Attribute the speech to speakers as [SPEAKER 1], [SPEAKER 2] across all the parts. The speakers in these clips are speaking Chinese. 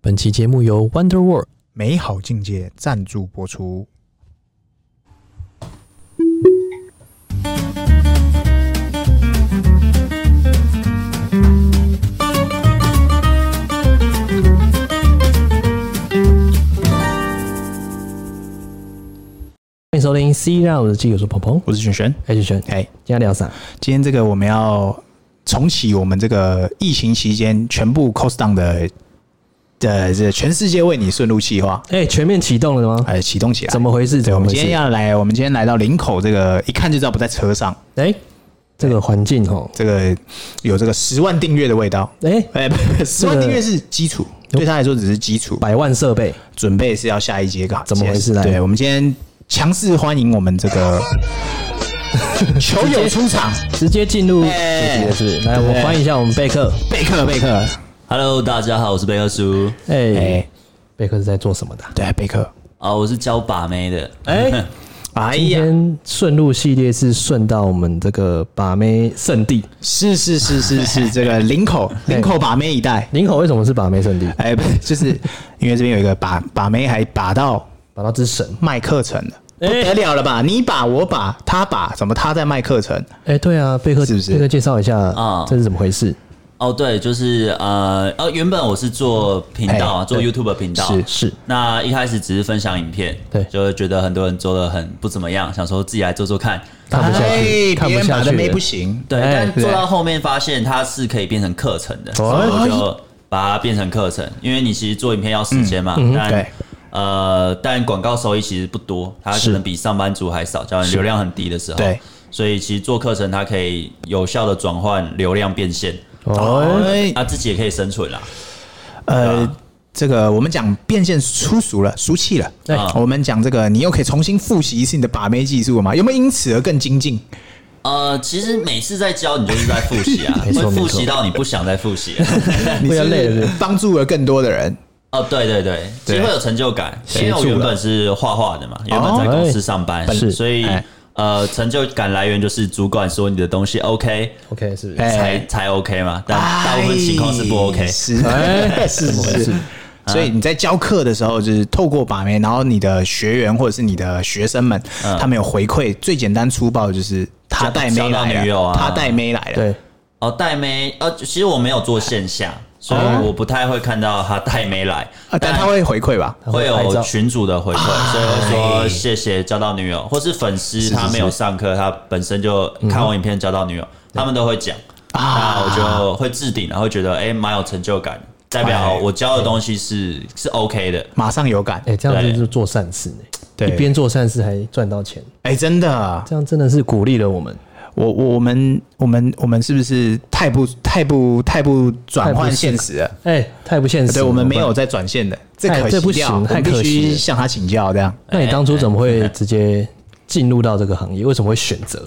[SPEAKER 1] 本期节目由 Wonder World
[SPEAKER 2] 美好境界赞助播出。
[SPEAKER 1] 欢迎收听 C 让我的基友说鹏鹏，
[SPEAKER 2] 我是璇璇，
[SPEAKER 1] 哎，轩轩，
[SPEAKER 2] 哎，
[SPEAKER 1] 今天聊啥？
[SPEAKER 2] 今天这个我们要重启我们这个疫情期间全部 cost down 的的这全世界为你顺路计划，
[SPEAKER 1] 哎，全面启动了吗？
[SPEAKER 2] 哎，启动起来。
[SPEAKER 1] 怎么回事？
[SPEAKER 2] 对，
[SPEAKER 1] 怎
[SPEAKER 2] 我
[SPEAKER 1] 么
[SPEAKER 2] 们
[SPEAKER 1] 回
[SPEAKER 2] 今天
[SPEAKER 1] 事？
[SPEAKER 2] 要来，我们今天来到林口这个，一看就知道不在车上，
[SPEAKER 1] 哎，这个环境哦，
[SPEAKER 2] 这个有这个十万订阅的味道。
[SPEAKER 1] 哎，
[SPEAKER 2] 哎，不不十万
[SPEAKER 1] 这个
[SPEAKER 2] 订阅是基础，对他来说只是基础，
[SPEAKER 1] 百万设备，
[SPEAKER 2] 准备是要下一阶段。
[SPEAKER 1] 怎么回事来
[SPEAKER 2] 对我们今天强势欢迎我们这 个球友出场，
[SPEAKER 1] 直接进入主
[SPEAKER 2] 哎
[SPEAKER 1] 题了，是不是？来，我们
[SPEAKER 2] 对
[SPEAKER 1] 欢迎一下我们贝克。
[SPEAKER 2] 贝克贝克，
[SPEAKER 3] Hello，大家好，我是贝克叔
[SPEAKER 1] 哎，
[SPEAKER 2] 哎，
[SPEAKER 1] 贝克是在做什么的啊？
[SPEAKER 2] 对，贝克，
[SPEAKER 3] 啊我是教把妹的。
[SPEAKER 1] 哎，
[SPEAKER 2] 哎
[SPEAKER 1] 今
[SPEAKER 2] 呀，
[SPEAKER 1] 天顺路系列是顺到我们这个把妹圣地
[SPEAKER 2] 是是是是 是，这个林口林口把妹一带，
[SPEAKER 1] 林口，为什么是把妹圣地？
[SPEAKER 2] 哎，不是就是因为这边有一个把把妹还把到
[SPEAKER 1] 把到之神。
[SPEAKER 2] 卖课程了。不
[SPEAKER 1] 哎
[SPEAKER 2] 得了了吧？你把我把他把，怎么他在卖课程？
[SPEAKER 1] 哎，对啊，贝克，
[SPEAKER 2] 是不是
[SPEAKER 1] 贝克介绍一下
[SPEAKER 3] 啊
[SPEAKER 1] 这是怎么回事？
[SPEAKER 3] 哦，对，就是呃，哦，原本我是做频道啊，做 YouTube 频道。
[SPEAKER 1] 是是，
[SPEAKER 3] 那一开始只是分享影片，
[SPEAKER 1] 对
[SPEAKER 3] 就觉得很多人做的很不怎么样，想说自己来做做看。
[SPEAKER 1] 看不下去，
[SPEAKER 2] 哎
[SPEAKER 1] 看
[SPEAKER 2] 别
[SPEAKER 1] 不
[SPEAKER 2] 人
[SPEAKER 1] 下
[SPEAKER 2] 把
[SPEAKER 1] 去
[SPEAKER 2] 的妹
[SPEAKER 1] 了
[SPEAKER 2] 不。行，
[SPEAKER 3] 对，
[SPEAKER 1] 哎
[SPEAKER 3] 但做到后面发现它是可以变成课程的，所
[SPEAKER 1] 哦
[SPEAKER 3] 以我就把它变成课程，因为你其实做影片要时间
[SPEAKER 1] 嗯
[SPEAKER 3] 嘛，但
[SPEAKER 2] 对
[SPEAKER 3] 呃，但广告收益其实不多，它可能比上班族还少，叫人流量很低的时候，
[SPEAKER 2] 对，
[SPEAKER 3] 所以其实做课程它可以有效的转换流量变现，
[SPEAKER 1] 哦，啊
[SPEAKER 2] 哎
[SPEAKER 3] 啊，自己也可以生存啦，
[SPEAKER 2] 呃，这个我们讲变现粗俗了，俗气了。
[SPEAKER 1] 哎
[SPEAKER 2] 啊我们讲这个，你又可以重新复习一次你的把妹技术嘛？有没有因此而更精进？
[SPEAKER 3] 呃，其实每次在教你就是在复习啊
[SPEAKER 1] 没，错
[SPEAKER 3] 会
[SPEAKER 1] 没
[SPEAKER 3] 复
[SPEAKER 1] 错
[SPEAKER 3] 习到你不想再复习了。
[SPEAKER 2] 你
[SPEAKER 1] 不
[SPEAKER 2] 是
[SPEAKER 1] 要
[SPEAKER 2] 不
[SPEAKER 1] 累了
[SPEAKER 2] 是帮助了更多的人？
[SPEAKER 3] 哦，对对对，其实
[SPEAKER 2] 对
[SPEAKER 3] 会有成就感，因
[SPEAKER 1] 协
[SPEAKER 3] 为
[SPEAKER 1] 助
[SPEAKER 3] 我原本是画画的嘛，原本在公司上班，
[SPEAKER 1] 是
[SPEAKER 3] 所以
[SPEAKER 2] 哦哎
[SPEAKER 3] 呃，成就感来源就是主管说你的东西 OK
[SPEAKER 1] ，OK，是不是？
[SPEAKER 2] 哎
[SPEAKER 3] 才才 OK 嘛，但大部分情况是不 OK
[SPEAKER 2] 哎。是
[SPEAKER 1] 哎
[SPEAKER 2] 是
[SPEAKER 1] 怎么回
[SPEAKER 2] 是
[SPEAKER 1] 事
[SPEAKER 2] 是。所以你在教课的时候，就是透过把妹，然后你的学员或者是你的学生们，他们有回馈，最简单粗暴的就是他带妹
[SPEAKER 3] 交到
[SPEAKER 2] 来
[SPEAKER 3] 女
[SPEAKER 2] 了，
[SPEAKER 3] 友啊
[SPEAKER 2] 他带妹来了，
[SPEAKER 1] 对，
[SPEAKER 3] 哦，带妹呃，其实我没有做线下，所以我不太会看到他带妹来
[SPEAKER 2] 哎啊，，但他会回馈吧？
[SPEAKER 3] 会
[SPEAKER 1] 拍照
[SPEAKER 3] 有群主的回馈，所以会说谢谢交到女友，或是粉丝他没有上课，他本身就看我影片交到女友，他们都会讲，那我就会置顶，然后觉得哎蛮有成就感，代表我教的东西是是 OK 的。
[SPEAKER 2] 马上有感，
[SPEAKER 1] 哎，这样子
[SPEAKER 3] 对
[SPEAKER 1] 就是做善事呢，
[SPEAKER 2] 对
[SPEAKER 1] 一边做善事还赚到钱，
[SPEAKER 2] 哎，真的，
[SPEAKER 1] 这样真的是鼓励了我们。
[SPEAKER 2] 我我我们我们我们是不是太不太不太不转换现实了？
[SPEAKER 1] 哎，太不现实了，
[SPEAKER 2] 对，我们没有
[SPEAKER 1] 怎么
[SPEAKER 2] 在转线的，这
[SPEAKER 1] 哎
[SPEAKER 2] 可
[SPEAKER 1] 这不
[SPEAKER 2] 惜掉，
[SPEAKER 1] 行
[SPEAKER 2] 我
[SPEAKER 1] 太
[SPEAKER 2] 们
[SPEAKER 1] 可
[SPEAKER 2] 必
[SPEAKER 1] 惜
[SPEAKER 2] 须
[SPEAKER 1] 了
[SPEAKER 2] 向他请教。这样，
[SPEAKER 1] 办。那你当初怎么
[SPEAKER 2] 哎
[SPEAKER 1] 会直接进入到这个行业？为什么会选择？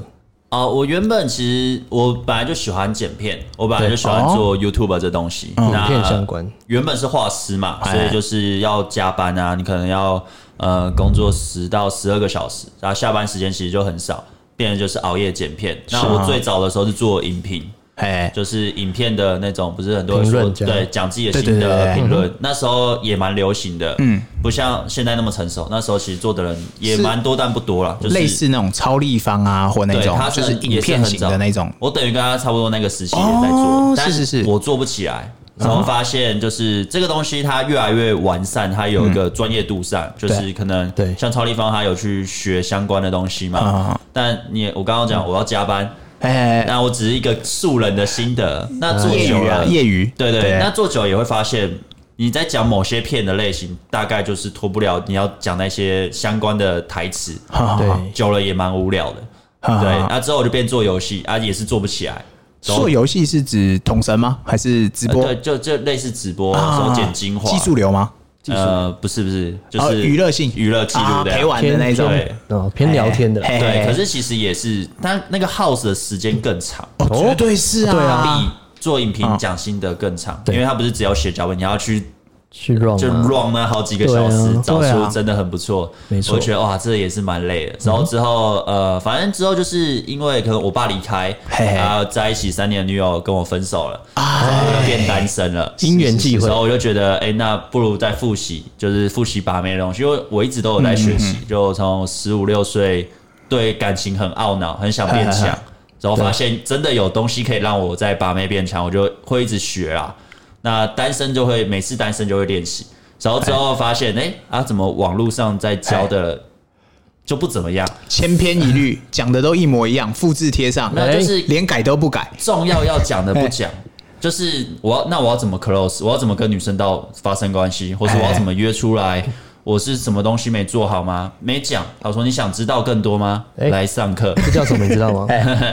[SPEAKER 3] 哦，我原本其实我本来就喜欢剪片，我本来就喜欢
[SPEAKER 2] 对哦
[SPEAKER 3] 做 YouTube 这东西，
[SPEAKER 1] 影
[SPEAKER 2] 啊
[SPEAKER 3] 那
[SPEAKER 1] 片相关，
[SPEAKER 3] 原本是画师嘛，
[SPEAKER 2] 哎
[SPEAKER 3] 所以就是要加班啊，你可能要呃工作十到十二个小时，然后下班时间其实就很少，变成就是熬夜剪片。那我最早的时候是做影评，
[SPEAKER 2] 哎，
[SPEAKER 3] 就是影片的那种，不是很多人
[SPEAKER 1] 评
[SPEAKER 3] 说
[SPEAKER 1] 论家
[SPEAKER 3] 对讲自己的
[SPEAKER 2] 对对
[SPEAKER 3] 心
[SPEAKER 2] 对对
[SPEAKER 3] 得
[SPEAKER 2] 对嗯
[SPEAKER 3] 评论，那时候也蛮流行的，嗯，不像现在那么成熟。那时候其实做的人也
[SPEAKER 2] 是
[SPEAKER 3] 蛮多，但不多啦，就是
[SPEAKER 2] 类似那种超立方啊，或那
[SPEAKER 3] 对，
[SPEAKER 2] 种
[SPEAKER 3] 他
[SPEAKER 2] 就是是影
[SPEAKER 3] 也是
[SPEAKER 2] 片
[SPEAKER 3] 很
[SPEAKER 2] 型
[SPEAKER 3] 早
[SPEAKER 2] 的那种。
[SPEAKER 3] 我等于跟他差不多那个时期也在做，
[SPEAKER 2] 哦
[SPEAKER 3] 但
[SPEAKER 2] 是是是嗯
[SPEAKER 3] 我做不起来。然后发现就是这个东西，它越来越完善，它
[SPEAKER 2] 嗯
[SPEAKER 3] 有一个专业度上，就是可能
[SPEAKER 1] 对
[SPEAKER 3] 像超立方，他有去学相关的东西嘛
[SPEAKER 2] 啊。
[SPEAKER 3] 但你也我刚刚讲我要加班，
[SPEAKER 2] 哎，
[SPEAKER 3] 那我只是一个素人的心得，那做
[SPEAKER 2] 业
[SPEAKER 3] 久
[SPEAKER 2] 余啊，
[SPEAKER 3] 了，
[SPEAKER 2] 业余，
[SPEAKER 3] 对对，那做久了也会发现。你在讲某些片的类型，大概就是脱不了你要讲那些相关的台词。
[SPEAKER 2] 好好好
[SPEAKER 1] 对
[SPEAKER 3] 久了也蛮无聊的。
[SPEAKER 2] 啊
[SPEAKER 3] 对，那之后我就变做游戏啊，也是做不起来。
[SPEAKER 2] 做游戏是指同神吗？还是直
[SPEAKER 3] 呃
[SPEAKER 2] 播
[SPEAKER 3] 对，？就就类似直播，
[SPEAKER 2] 啊
[SPEAKER 3] 然后剪精华，
[SPEAKER 2] 技术流吗？
[SPEAKER 3] 呃，不是不是，就
[SPEAKER 2] 哦
[SPEAKER 3] 是
[SPEAKER 2] 娱乐性
[SPEAKER 3] 娱乐记
[SPEAKER 2] 啊
[SPEAKER 3] 录的
[SPEAKER 2] 陪。玩哎的那种。哎
[SPEAKER 3] 对
[SPEAKER 1] 哦，偏聊天的，
[SPEAKER 2] 嘿
[SPEAKER 3] 对，可是其实也是，但那个 house 的时间更长，
[SPEAKER 2] 哦，绝对是啊，哦
[SPEAKER 1] 对
[SPEAKER 3] 比做影评讲心得更长，因为它不是只有写脚本，你要去
[SPEAKER 1] 去 run
[SPEAKER 3] 就
[SPEAKER 1] 啊，
[SPEAKER 3] run 那好几个小时
[SPEAKER 1] 对啊，
[SPEAKER 3] 找
[SPEAKER 2] 哦对啊嗯
[SPEAKER 3] 出真的很不错。
[SPEAKER 1] 没错
[SPEAKER 3] 我就觉得哇，这也是蛮累的。然后之后呃，反正之后就是因为可能我爸离开，
[SPEAKER 2] 嘿嘿
[SPEAKER 3] 然后在一起三年的女友跟我分手了，然
[SPEAKER 2] 哎
[SPEAKER 3] 后我就变单身了。
[SPEAKER 1] 哎因缘际会
[SPEAKER 3] 然，后我就觉得，哎、那不如再复习，就是复习把妹的东西，因为我一直都有在学习，就从十五六岁对感情很懊恼，很想变 强，然后发现真的有东西可以让我在把妹变强，我就会一直学啊。那单身就会每次单身就会练习，然后之后发现，哎、啊，怎么网络上在教
[SPEAKER 1] 哎
[SPEAKER 3] 的就不怎么样？
[SPEAKER 2] 千篇一 律，讲的都一模一样，复制贴上，
[SPEAKER 3] 那就是
[SPEAKER 2] 连改都不改。
[SPEAKER 3] 重要要讲的不讲，就是我要那我要怎么 close，我要怎么跟女生到发生关系，或是我要怎么约出来，我是什么东西没做好吗？没讲，他说你想知道更多吗？
[SPEAKER 1] 哎
[SPEAKER 3] 来上课。
[SPEAKER 1] 这叫什么？你知道 吗？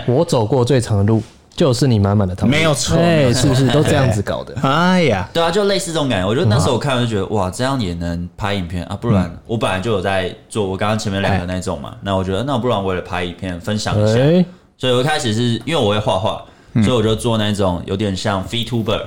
[SPEAKER 1] 我走过最长的路，就是你满满的糖。
[SPEAKER 2] 哎没有错没
[SPEAKER 1] 哎，
[SPEAKER 2] 有
[SPEAKER 1] 是不是都这样子搞 的？
[SPEAKER 2] 哎呀，
[SPEAKER 3] 对啊，就类似这种感觉。我觉得那时候我看了就觉得，哇，这样也能拍影片啊！不然我本来就有在做我刚刚前面两个那种嘛，那我觉得那不然我也拍影片分享一下。
[SPEAKER 1] 哎，
[SPEAKER 3] 所以我一开始是因为我会画画，所以我就做那种有点像 VTuber。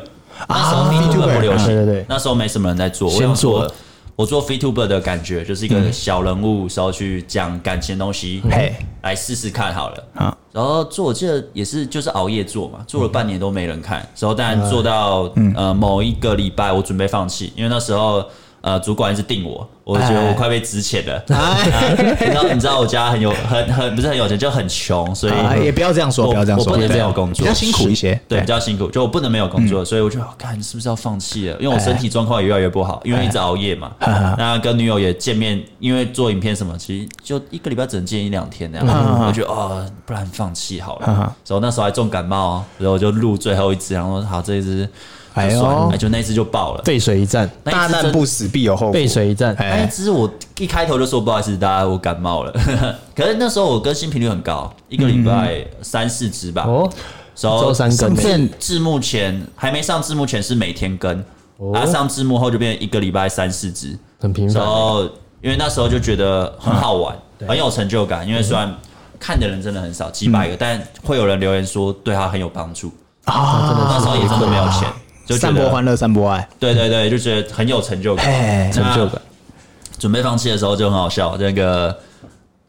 [SPEAKER 3] 那时
[SPEAKER 2] 啊
[SPEAKER 3] 候 VTuber 不流行，
[SPEAKER 1] 对对对
[SPEAKER 3] 那时候没什么人在做，我
[SPEAKER 1] 先
[SPEAKER 3] 想
[SPEAKER 1] 做
[SPEAKER 3] 说。我做 VTuber 的感觉就是一个小人物，然后去讲感情的东西，
[SPEAKER 2] 嘿
[SPEAKER 3] 来试试看好了。
[SPEAKER 2] 啊
[SPEAKER 3] 然后做我记得也是就是熬夜做嘛，做了半年都没人看，然后当然做到呃某一个礼拜，我准备放弃，因为那时候呃主管一直定我，我觉得我快被值钱了。 你知道你知道我家很有很很不是很有钱，就很穷，所以
[SPEAKER 2] 啊，也不要这样说，
[SPEAKER 3] 我
[SPEAKER 2] 不要这样
[SPEAKER 3] 我
[SPEAKER 2] 说，
[SPEAKER 3] 不能没有工作
[SPEAKER 2] 比较辛苦一些。嗯
[SPEAKER 3] 对，比较辛苦，就我不能没有工作，所以我就哦看是不是要放弃了，因为
[SPEAKER 2] 哎
[SPEAKER 3] 我身体状况也越来越不好，因为一直熬夜嘛。那跟女友也见面，因为做影片什么，其实就一个礼拜只能见一两天那
[SPEAKER 2] 嗯
[SPEAKER 3] 样。我觉得哦，不然放弃好了。然后那时候还重感冒哦，然后我就录最后一支，然后好这一支，
[SPEAKER 2] 哎
[SPEAKER 3] 哎
[SPEAKER 2] 呦
[SPEAKER 3] 呦，哎就那一支就爆了，
[SPEAKER 1] 背水一战，
[SPEAKER 3] 那
[SPEAKER 2] 大
[SPEAKER 3] 一支
[SPEAKER 2] 难
[SPEAKER 3] 真
[SPEAKER 2] 不死必有后福
[SPEAKER 1] 背。水一战。
[SPEAKER 3] 那一
[SPEAKER 2] 哎，
[SPEAKER 3] 支我一开头就说不好意思，大家我感冒了。 可是那时候我更新频率很高，一个礼拜三四支吧。
[SPEAKER 1] 哦，
[SPEAKER 3] 然
[SPEAKER 1] 一周三更
[SPEAKER 3] 至
[SPEAKER 1] 上
[SPEAKER 3] 字幕前还没上字幕前是每天更，啊，上字幕后就变成一个礼拜三四支。
[SPEAKER 1] 很频
[SPEAKER 3] 然
[SPEAKER 1] 繁。
[SPEAKER 3] 后因为那时候就觉得很好玩，很有成就感，因为虽然看的人真的很少，几百个，但会有人留言说对他很有帮助。
[SPEAKER 2] 啊，
[SPEAKER 3] 那时候也真的没有钱，就觉
[SPEAKER 2] 散
[SPEAKER 3] 得
[SPEAKER 2] 播欢乐，散播爱。
[SPEAKER 3] 对对对，就觉得很有成就感
[SPEAKER 2] 哎，
[SPEAKER 3] 那
[SPEAKER 1] 成就感。
[SPEAKER 3] 准备放弃的时候就很好笑，那个，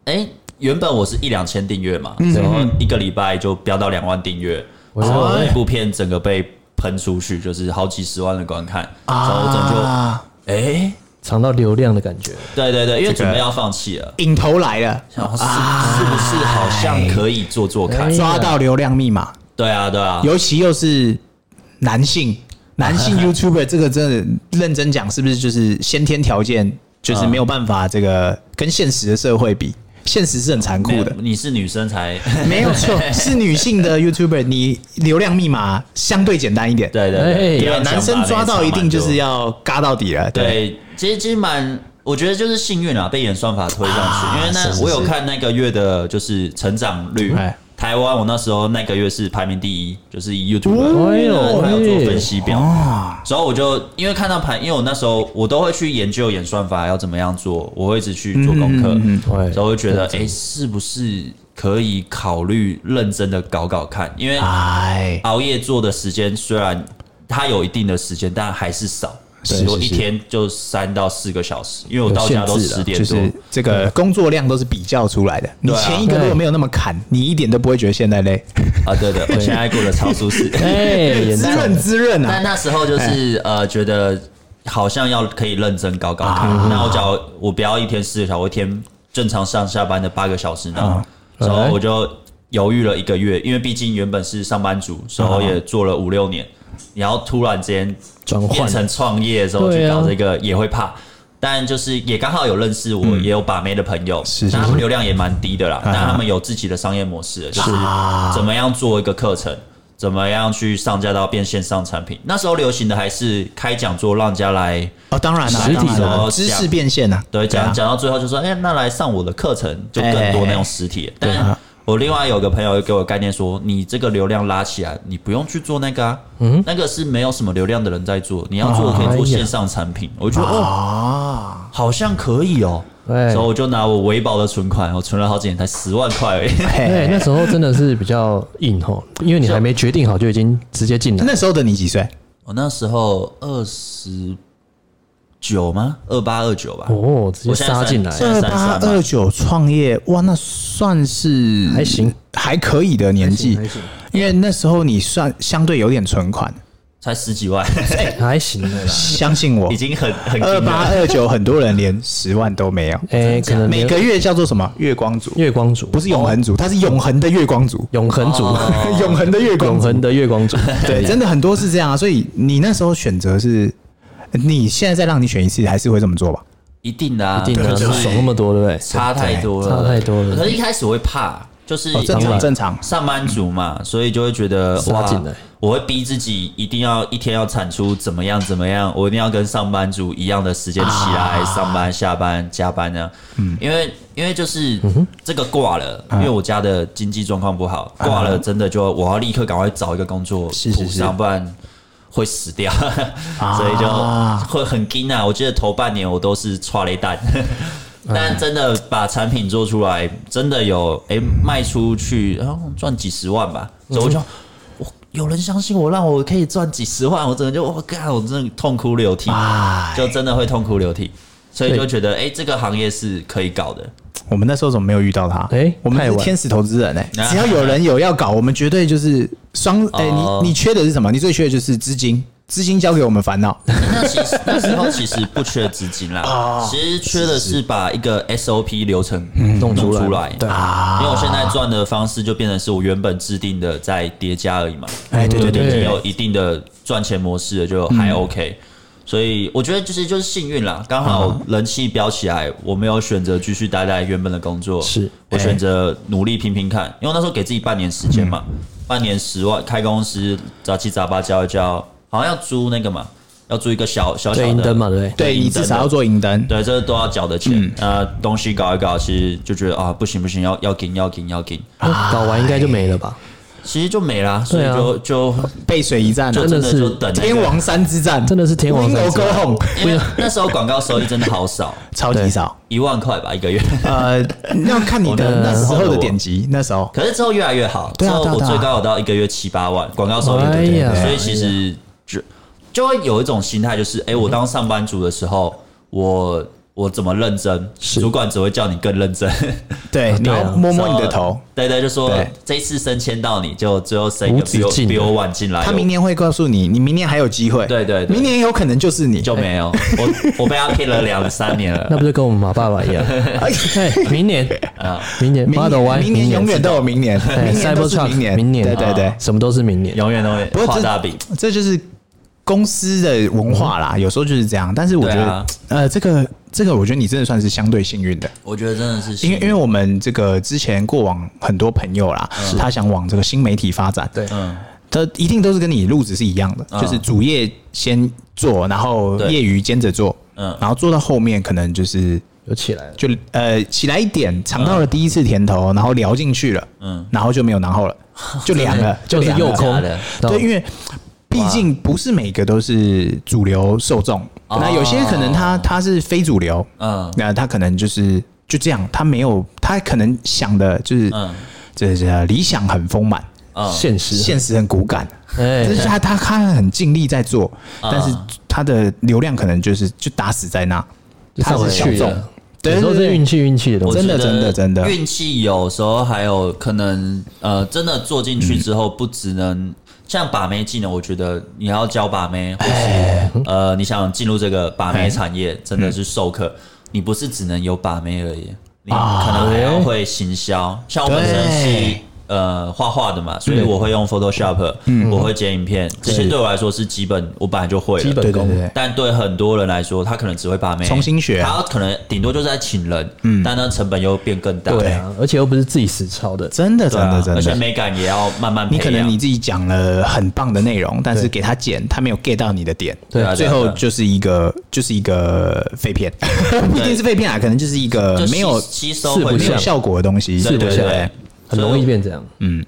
[SPEAKER 3] 哎、原本我是一两千订阅嘛，
[SPEAKER 1] 嗯
[SPEAKER 3] 然后一个礼拜就飙到两万订阅，
[SPEAKER 1] 哇
[SPEAKER 3] 然后那部片整个被喷出去，就是好几十万的观看，然后我整就，
[SPEAKER 2] 啊，
[SPEAKER 3] 哎、
[SPEAKER 1] 尝到流量的感觉，
[SPEAKER 3] 对对对，因为准备要放弃了，
[SPEAKER 2] 影头来了，
[SPEAKER 3] 然后是是不是好像可以做做看
[SPEAKER 1] 啊哎？
[SPEAKER 2] 抓到流量密码，
[SPEAKER 3] 对啊对啊，
[SPEAKER 2] 尤其又是男性，男性 YouTuber 这个真的认真讲，是不是就是先天条件就是
[SPEAKER 3] 啊
[SPEAKER 2] 没有办法这个跟现实的社会比，现实是很残酷的
[SPEAKER 3] 没有。你是女生才，
[SPEAKER 2] 没有错，是女性的 YouTuber，你流量密码相对简单一点。
[SPEAKER 3] 对对
[SPEAKER 1] 哎
[SPEAKER 2] 对
[SPEAKER 3] 对，
[SPEAKER 2] 啊，
[SPEAKER 3] 因为
[SPEAKER 2] 男生抓到一定就是要嘎到底了。对，
[SPEAKER 3] 对，其实其实蛮，我觉得就是幸运啊，被演算法推上去。
[SPEAKER 1] 啊
[SPEAKER 3] 因为
[SPEAKER 2] 是
[SPEAKER 3] 那
[SPEAKER 2] 是
[SPEAKER 3] 我有
[SPEAKER 2] 是
[SPEAKER 3] 看那个月的，就是成长率
[SPEAKER 2] 哎，
[SPEAKER 3] 台湾我那时候那个月是排名第一，就是以 YouTube，
[SPEAKER 1] 哦哎呦
[SPEAKER 3] 他有做
[SPEAKER 1] 哎
[SPEAKER 3] 分析表，所以我就因为看到盘，因为我那时候我都会去研究演算法要怎么样做，我会一直去做功
[SPEAKER 1] 嗯
[SPEAKER 3] 课，
[SPEAKER 1] 对
[SPEAKER 3] 所以我会觉得哎、诶是不是可以考虑认真的搞搞看？因为
[SPEAKER 2] 哎，
[SPEAKER 3] 熬夜做的时间虽然它有一定的时间，但还是少，
[SPEAKER 2] 是
[SPEAKER 3] 我
[SPEAKER 2] 是
[SPEAKER 3] 一
[SPEAKER 2] 是
[SPEAKER 3] 天就三到四个小时，因为我到家都
[SPEAKER 1] 有限制
[SPEAKER 3] 十
[SPEAKER 1] 啦
[SPEAKER 3] 点
[SPEAKER 2] 就
[SPEAKER 3] 多。
[SPEAKER 2] 是这个工作量都是比较出来的。你
[SPEAKER 3] 对啊
[SPEAKER 2] 前一个如果没有那么砍，你一点都不会觉得现在累，
[SPEAKER 3] 啊，对的，我现在过得超舒适。
[SPEAKER 1] 哎，严
[SPEAKER 2] 滋
[SPEAKER 1] 重
[SPEAKER 2] 润滋润
[SPEAKER 3] 但
[SPEAKER 2] 啊！
[SPEAKER 3] 那时候就是呃，觉得好像要可以认真搞搞看。那我只要我不要一天四个小时，我一天正常上下班的八个小时呢，然后我就犹豫了一个月，因为毕竟原本是上班族，然后也做了五六年，你要突然间
[SPEAKER 1] 转换
[SPEAKER 3] 变成创业的时候
[SPEAKER 1] 对
[SPEAKER 3] 去
[SPEAKER 1] 啊
[SPEAKER 3] 搞这个也会怕。但就是也刚好有认识我，也有把妹的朋友，
[SPEAKER 2] 是是
[SPEAKER 3] 那他们流量也蛮低的啦，但他们有自己的商业模式了，就是
[SPEAKER 2] 啊
[SPEAKER 3] 怎么样做一个课程，怎么样去上架到变线上产品。那时候流行的还是开讲座，让人家来
[SPEAKER 2] 哦，当然了，
[SPEAKER 1] 实体的
[SPEAKER 2] 当然啦知识变现啊，
[SPEAKER 3] 对，
[SPEAKER 2] 啊
[SPEAKER 3] 讲讲到最后就说，哎、那来上我的课程，就更多那种实体的。但我另外有个朋友又给我概念说，你这个流量拉起来，你不用去做那个啊，那个是没有什么流量的人在做，你要做可以做线上产品。我觉得哦，
[SPEAKER 2] 啊，
[SPEAKER 3] 好像可以哦。
[SPEAKER 1] 对
[SPEAKER 3] 所以我就拿我维保的存款，我存了好几年，才十万块而已。
[SPEAKER 1] 对，哎那时候真的是比较硬吼，因为你还没决定好就已经直接进来，
[SPEAKER 3] 哦
[SPEAKER 2] 那时候的你几岁？
[SPEAKER 3] 我那时候二十九吗？二八二九吧。
[SPEAKER 1] 哦，直接杀进来
[SPEAKER 3] 我，现在
[SPEAKER 2] 二
[SPEAKER 3] 三
[SPEAKER 2] 八
[SPEAKER 3] 三嘛
[SPEAKER 2] 二九创业，哇，那算是
[SPEAKER 1] 还行，
[SPEAKER 2] 还可以的年纪
[SPEAKER 1] 还行还行，
[SPEAKER 2] 因为那时候你算相对有点存款，
[SPEAKER 3] 才十 几万，
[SPEAKER 1] 还行的啦。
[SPEAKER 2] 相信我
[SPEAKER 3] 已，经很很
[SPEAKER 2] 二
[SPEAKER 3] 惊人
[SPEAKER 2] 八二九很多人连十万都没有，
[SPEAKER 1] 哎，可能
[SPEAKER 2] 每
[SPEAKER 1] 连
[SPEAKER 2] 个月叫做什么月光族，
[SPEAKER 1] 月光族
[SPEAKER 2] 不是永恒族，它是永恒的月光族，
[SPEAKER 1] 永恒族，
[SPEAKER 2] 永恒的月光
[SPEAKER 1] 永
[SPEAKER 2] 族，
[SPEAKER 1] 恒的月光族，
[SPEAKER 2] 对，真的很多是这样啊，所以你那时候选择是，你现在再让你选一次，还是会这么做吧？
[SPEAKER 3] 一定的、啊，
[SPEAKER 1] 一定的
[SPEAKER 3] 可是
[SPEAKER 1] 爽那么多，对不对？
[SPEAKER 3] 差太多了，
[SPEAKER 1] 差太多了
[SPEAKER 3] 可是一开始我会怕，就是
[SPEAKER 2] 哦正
[SPEAKER 1] 当
[SPEAKER 2] 常
[SPEAKER 1] 然
[SPEAKER 2] 正常，
[SPEAKER 3] 上班族嘛，所以就会觉得
[SPEAKER 1] 杀
[SPEAKER 3] 哇
[SPEAKER 1] 进来，
[SPEAKER 3] 我会逼自己一定要一天要产出怎么样怎么样，我一定要跟上班族一样的时间起
[SPEAKER 1] 啊
[SPEAKER 3] 来上班、下班、加班呢。嗯，因为因为就是这个挂了，因为我家的经济状况不好，挂了真的就我要立刻赶快找一个工作
[SPEAKER 2] 嗯是是啊
[SPEAKER 3] 补
[SPEAKER 2] 是
[SPEAKER 3] 上，不然。会死 掉，所以就会很惊啊！我记得头半年我都是踹雷蛋，但真的把产品做出来，真的有哎、诶卖出去，然后赚几十万吧，所以我就。我有人相信我，让我可以赚几十万，我真的就我干，我真的痛哭流涕，
[SPEAKER 2] 哎
[SPEAKER 3] 就真的会痛哭流涕，所以
[SPEAKER 1] 对
[SPEAKER 3] 就觉得哎、诶这个行业是可以搞的。
[SPEAKER 2] 我们那时候怎么没有遇到他？
[SPEAKER 1] 哎
[SPEAKER 2] 我们
[SPEAKER 1] 太
[SPEAKER 2] 是
[SPEAKER 1] 晚
[SPEAKER 2] 天使投资人哎、
[SPEAKER 3] 啊
[SPEAKER 2] 只要有人有要搞，我们绝对就是双哎、
[SPEAKER 3] 哦
[SPEAKER 2] 你你缺的是什么？你最缺的就是资金，资金交给我们烦恼。
[SPEAKER 3] 那其实那时候其实不缺资金啦，其实缺的是把一个 SOP 流程弄出
[SPEAKER 1] 嗯出啊
[SPEAKER 3] 来。
[SPEAKER 1] 对
[SPEAKER 3] 因为我现在赚的方式就变成是我原本制定的在叠加而已嘛。
[SPEAKER 2] 哎对对
[SPEAKER 3] 就
[SPEAKER 1] 对嗯
[SPEAKER 3] 已经有一定的赚钱模式了，就还 OK。所以我觉得就是就是幸运啦，刚
[SPEAKER 1] 啊
[SPEAKER 3] 好人气飙起来，我没有选择继续待在原本的工作，
[SPEAKER 1] 是哎
[SPEAKER 3] 我选择努力拼拼看，因为那时候给自己半年时间嘛，
[SPEAKER 1] 嗯
[SPEAKER 3] 半年十万开公司，杂七杂八交一交，好像要租那个嘛，要租一个小小小
[SPEAKER 1] 对，银
[SPEAKER 3] 的
[SPEAKER 1] 灯嘛，嗯对不对？
[SPEAKER 2] 对
[SPEAKER 3] 银
[SPEAKER 2] 你
[SPEAKER 3] 灯
[SPEAKER 2] 至少
[SPEAKER 3] 的
[SPEAKER 2] 要做银灯，
[SPEAKER 3] 对，这是都要缴的钱。呃，东西搞一搞，其实就觉得啊，不行不行，要要给要给要给，
[SPEAKER 1] 哦搞完应该就没了吧？
[SPEAKER 3] 其实就没啦，所以
[SPEAKER 1] 对啊
[SPEAKER 3] 就就
[SPEAKER 2] 背水一战、
[SPEAKER 3] 就
[SPEAKER 2] 啊，
[SPEAKER 3] 真
[SPEAKER 1] 真的
[SPEAKER 3] 的
[SPEAKER 1] 是
[SPEAKER 3] 就等那个
[SPEAKER 2] 天王山之战，
[SPEAKER 1] 真的是天王山
[SPEAKER 2] Wingo
[SPEAKER 1] 之战
[SPEAKER 2] Go Home，
[SPEAKER 3] 因为那时候广告收益真的好少，
[SPEAKER 2] 超级少。
[SPEAKER 3] 一万块吧一个月。
[SPEAKER 2] 呃，那要看你的
[SPEAKER 3] 我
[SPEAKER 2] 那
[SPEAKER 3] 那
[SPEAKER 2] 时
[SPEAKER 3] 时候
[SPEAKER 2] 候的
[SPEAKER 3] 我
[SPEAKER 2] 点击，那时候
[SPEAKER 3] 可是之后越来越好，
[SPEAKER 2] 对
[SPEAKER 3] 之
[SPEAKER 2] 啊
[SPEAKER 3] 后
[SPEAKER 2] 对啊
[SPEAKER 3] 我
[SPEAKER 2] 对啊
[SPEAKER 3] 最高有到一个月七八万广告收益，
[SPEAKER 1] 哎
[SPEAKER 3] 对对
[SPEAKER 1] 呀
[SPEAKER 3] 对，所以其实就就会有一种心态，就是哎，我当上班族的时候，我我怎么认真，主管只会叫你更认真，
[SPEAKER 2] 对，你要
[SPEAKER 1] 对啊
[SPEAKER 2] 摸摸你的头。，
[SPEAKER 3] 对对，就说
[SPEAKER 2] 对
[SPEAKER 3] 这一次升迁到你就最后升一个
[SPEAKER 1] 无止
[SPEAKER 3] 比我
[SPEAKER 1] 境的
[SPEAKER 3] 比我晚进来，
[SPEAKER 2] 他
[SPEAKER 3] 我
[SPEAKER 2] 明年会告诉你，你明年还有机会。
[SPEAKER 3] 啊对对对
[SPEAKER 2] 明年有可能就是你。
[SPEAKER 3] 就没有，我我被他骗了两三年了
[SPEAKER 1] 那，不就跟我们马爸爸一 样？哎，明年
[SPEAKER 3] 啊，
[SPEAKER 1] 明年
[SPEAKER 2] 明
[SPEAKER 1] Model Y，
[SPEAKER 2] 明年永远都有明年，
[SPEAKER 1] 哎
[SPEAKER 2] 明年都是
[SPEAKER 1] Cybertruck，
[SPEAKER 2] 明年，
[SPEAKER 1] 明年
[SPEAKER 2] 对对对
[SPEAKER 1] 啊，什么都是明年。
[SPEAKER 3] 永远都会
[SPEAKER 2] 不过
[SPEAKER 3] 画
[SPEAKER 2] 这
[SPEAKER 3] 大饼。嗯
[SPEAKER 2] 这就是公司的文化啦，有时候就是这样。但是我觉得，
[SPEAKER 3] 对啊
[SPEAKER 2] 呃，这个这个，我觉得你真的算是相对幸运的，
[SPEAKER 3] 我觉得真的是
[SPEAKER 2] 因为因为我们这个之前过往很多朋友啦，他想往这个新媒体发展，
[SPEAKER 1] 对
[SPEAKER 3] 嗯，
[SPEAKER 2] 他一定都是跟你路子是一样的，
[SPEAKER 3] 嗯
[SPEAKER 2] 就是主业先做，然后
[SPEAKER 3] 对
[SPEAKER 2] 业余兼着做，
[SPEAKER 3] 嗯
[SPEAKER 2] 然后做到后面可能就是
[SPEAKER 1] 有起来了，
[SPEAKER 2] 就呃起来一点，尝到了第一次甜头，然后聊进去了，嗯
[SPEAKER 3] 嗯，
[SPEAKER 2] 然后就没有然后 了，就凉了，
[SPEAKER 1] 就是
[SPEAKER 2] 凉了
[SPEAKER 1] 右空
[SPEAKER 3] 假的，
[SPEAKER 2] 对，因
[SPEAKER 1] 为
[SPEAKER 2] 为毕竟不是每个都是主流受众，
[SPEAKER 3] 哦
[SPEAKER 2] 那有些可能他他是非主流，
[SPEAKER 3] 啊嗯
[SPEAKER 2] 那他可能就是就这样，他没有他可能想的就是
[SPEAKER 3] 嗯
[SPEAKER 2] 这这、理想很丰满，
[SPEAKER 3] 嗯，
[SPEAKER 1] 啊现实，
[SPEAKER 2] 现实很骨感，
[SPEAKER 1] 哎
[SPEAKER 2] 就，是他他他很尽力在做，
[SPEAKER 3] 嗯
[SPEAKER 2] 但是他的流量可能就是就打死在那，
[SPEAKER 1] 就
[SPEAKER 2] 他
[SPEAKER 1] 上
[SPEAKER 2] 是
[SPEAKER 1] 不
[SPEAKER 2] 小
[SPEAKER 1] 去
[SPEAKER 2] 众
[SPEAKER 1] 了，，
[SPEAKER 2] 对
[SPEAKER 1] 有时候
[SPEAKER 2] 对
[SPEAKER 1] 是
[SPEAKER 2] 对
[SPEAKER 1] 运气运气的东
[SPEAKER 3] 我
[SPEAKER 1] 西。
[SPEAKER 2] 真的
[SPEAKER 3] 觉得
[SPEAKER 2] 真的真的
[SPEAKER 3] 运气有时候还有可能，呃，真的做进去之后，不只能、像把妹技能，我觉得你要教把妹，或
[SPEAKER 2] 哎
[SPEAKER 3] 是呃，你想进入这个把妹产业，真的是授课，
[SPEAKER 2] 嗯
[SPEAKER 3] 你不是只能有把妹而已，你可能还要会行销，像我本身是
[SPEAKER 2] 啊哎对。嗯
[SPEAKER 3] 呃，画画的嘛，所以我会用 Photoshop，、我会剪影片，这些对我来说是基本，我本来就会了。
[SPEAKER 1] 基本
[SPEAKER 2] 对对
[SPEAKER 1] 功
[SPEAKER 2] 对对。
[SPEAKER 3] 但对很多人来说，他可能只会把妹，
[SPEAKER 2] 重新学啊
[SPEAKER 3] 他可能顶多就是在请人，
[SPEAKER 2] 嗯
[SPEAKER 3] 但那成本又变更大，
[SPEAKER 1] 对啊，而且又不是自己实操的，
[SPEAKER 2] 真的真
[SPEAKER 3] 对啊
[SPEAKER 2] 的真
[SPEAKER 3] 而且啊
[SPEAKER 2] 的。
[SPEAKER 3] 美感也要慢慢培
[SPEAKER 2] 你
[SPEAKER 3] 养，
[SPEAKER 2] 可能你自己讲了很棒的内容，但是给他剪，他没有 get 到你的点，
[SPEAKER 3] 对啊对啊
[SPEAKER 2] 最后
[SPEAKER 3] 对啊
[SPEAKER 2] 就是一个就是一个废 片，不一定是废片啊，可能就是一个
[SPEAKER 3] 就吸
[SPEAKER 2] 没有
[SPEAKER 3] 吸收
[SPEAKER 1] 四不
[SPEAKER 3] 会
[SPEAKER 2] 没有
[SPEAKER 1] 像
[SPEAKER 2] 效果的东西，
[SPEAKER 3] 对
[SPEAKER 2] 对
[SPEAKER 3] 对
[SPEAKER 2] 对嗯
[SPEAKER 3] 对，
[SPEAKER 1] 很容易变这样。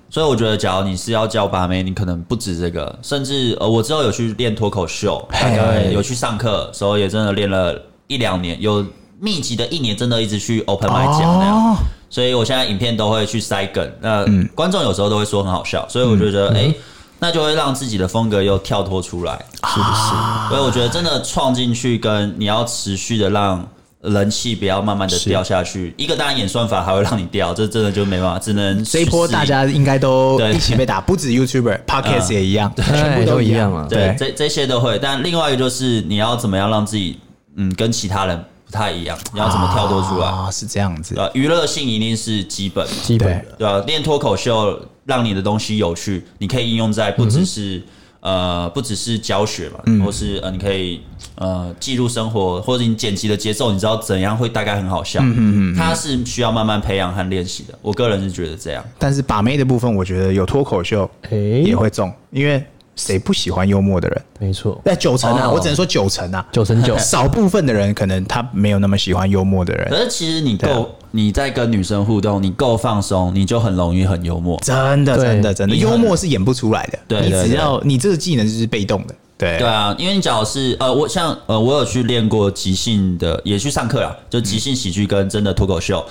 [SPEAKER 3] 所以我觉得，假如你是要教把妹，你可能不止这个，甚至呃，我之后有去练脱口秀，
[SPEAKER 2] 哎
[SPEAKER 3] 大概有去上课，时候也真的练了一两年，有密集的一年，真的一直去 open m i 讲那样。
[SPEAKER 2] 哦嗯
[SPEAKER 3] 所以我现在影片都会去塞梗，那观众有时候都会说很好笑，所以我就觉得，哎、那就会让自己的风格又跳脱出来，是不
[SPEAKER 2] 啊
[SPEAKER 3] 是？所以我觉得真的创进去，跟你要持续的让人气不要慢慢的掉下去。一个当然演算法还会让你掉，这真的就没办法，只能
[SPEAKER 2] 这一波
[SPEAKER 3] 去适应
[SPEAKER 2] 大家应该都
[SPEAKER 3] 对啊
[SPEAKER 2] 一起被打，不止 YouTuber、Podcast 也一样，全部
[SPEAKER 1] 都
[SPEAKER 2] 一
[SPEAKER 1] 一样啊
[SPEAKER 3] 对
[SPEAKER 2] 对，
[SPEAKER 3] 这这些都会。但另外一个就是你要怎么样让自己嗯跟其他人不太一样，你要怎么跳脱出来？
[SPEAKER 2] 啊？是这样子
[SPEAKER 3] 对，吧？娱乐性一定是基本嘛，
[SPEAKER 1] 基本的
[SPEAKER 3] 对吧？练脱口秀，让你的东西有趣，你可以应用在不只是、呃，不只是教学嘛，或是呃，你可以呃记录生活，或者你剪辑的节奏，你知道怎样会大概很好笑。嗯嗯嗯，它是需要慢慢培养和练习的。我个人是觉得这样，
[SPEAKER 2] 但是把妹的部分，我觉得有脱口秀
[SPEAKER 1] 诶
[SPEAKER 2] 也会中，因为谁不喜欢幽默的人？
[SPEAKER 1] 没错，
[SPEAKER 2] 那九成啊，
[SPEAKER 3] 哦
[SPEAKER 2] 我只能说九成啊，
[SPEAKER 1] 九成九
[SPEAKER 2] 少部分的人可能他没有那么喜欢幽默的人
[SPEAKER 3] 可，是其实你
[SPEAKER 2] 对啊
[SPEAKER 3] 够、你在跟女生互动，你够放松，你就很容易很幽默。
[SPEAKER 2] 真的
[SPEAKER 1] 对
[SPEAKER 2] 真的真的，
[SPEAKER 3] 你很
[SPEAKER 2] 幽默是演不出来的，
[SPEAKER 3] 对
[SPEAKER 2] 你
[SPEAKER 3] 对
[SPEAKER 2] 只
[SPEAKER 3] 对
[SPEAKER 2] 要你这个技能就是被动的，对
[SPEAKER 3] 对啊，因为你假如是呃，我像呃，我有去练过即兴的，也去上课啦，就即兴喜剧跟真的脱口秀。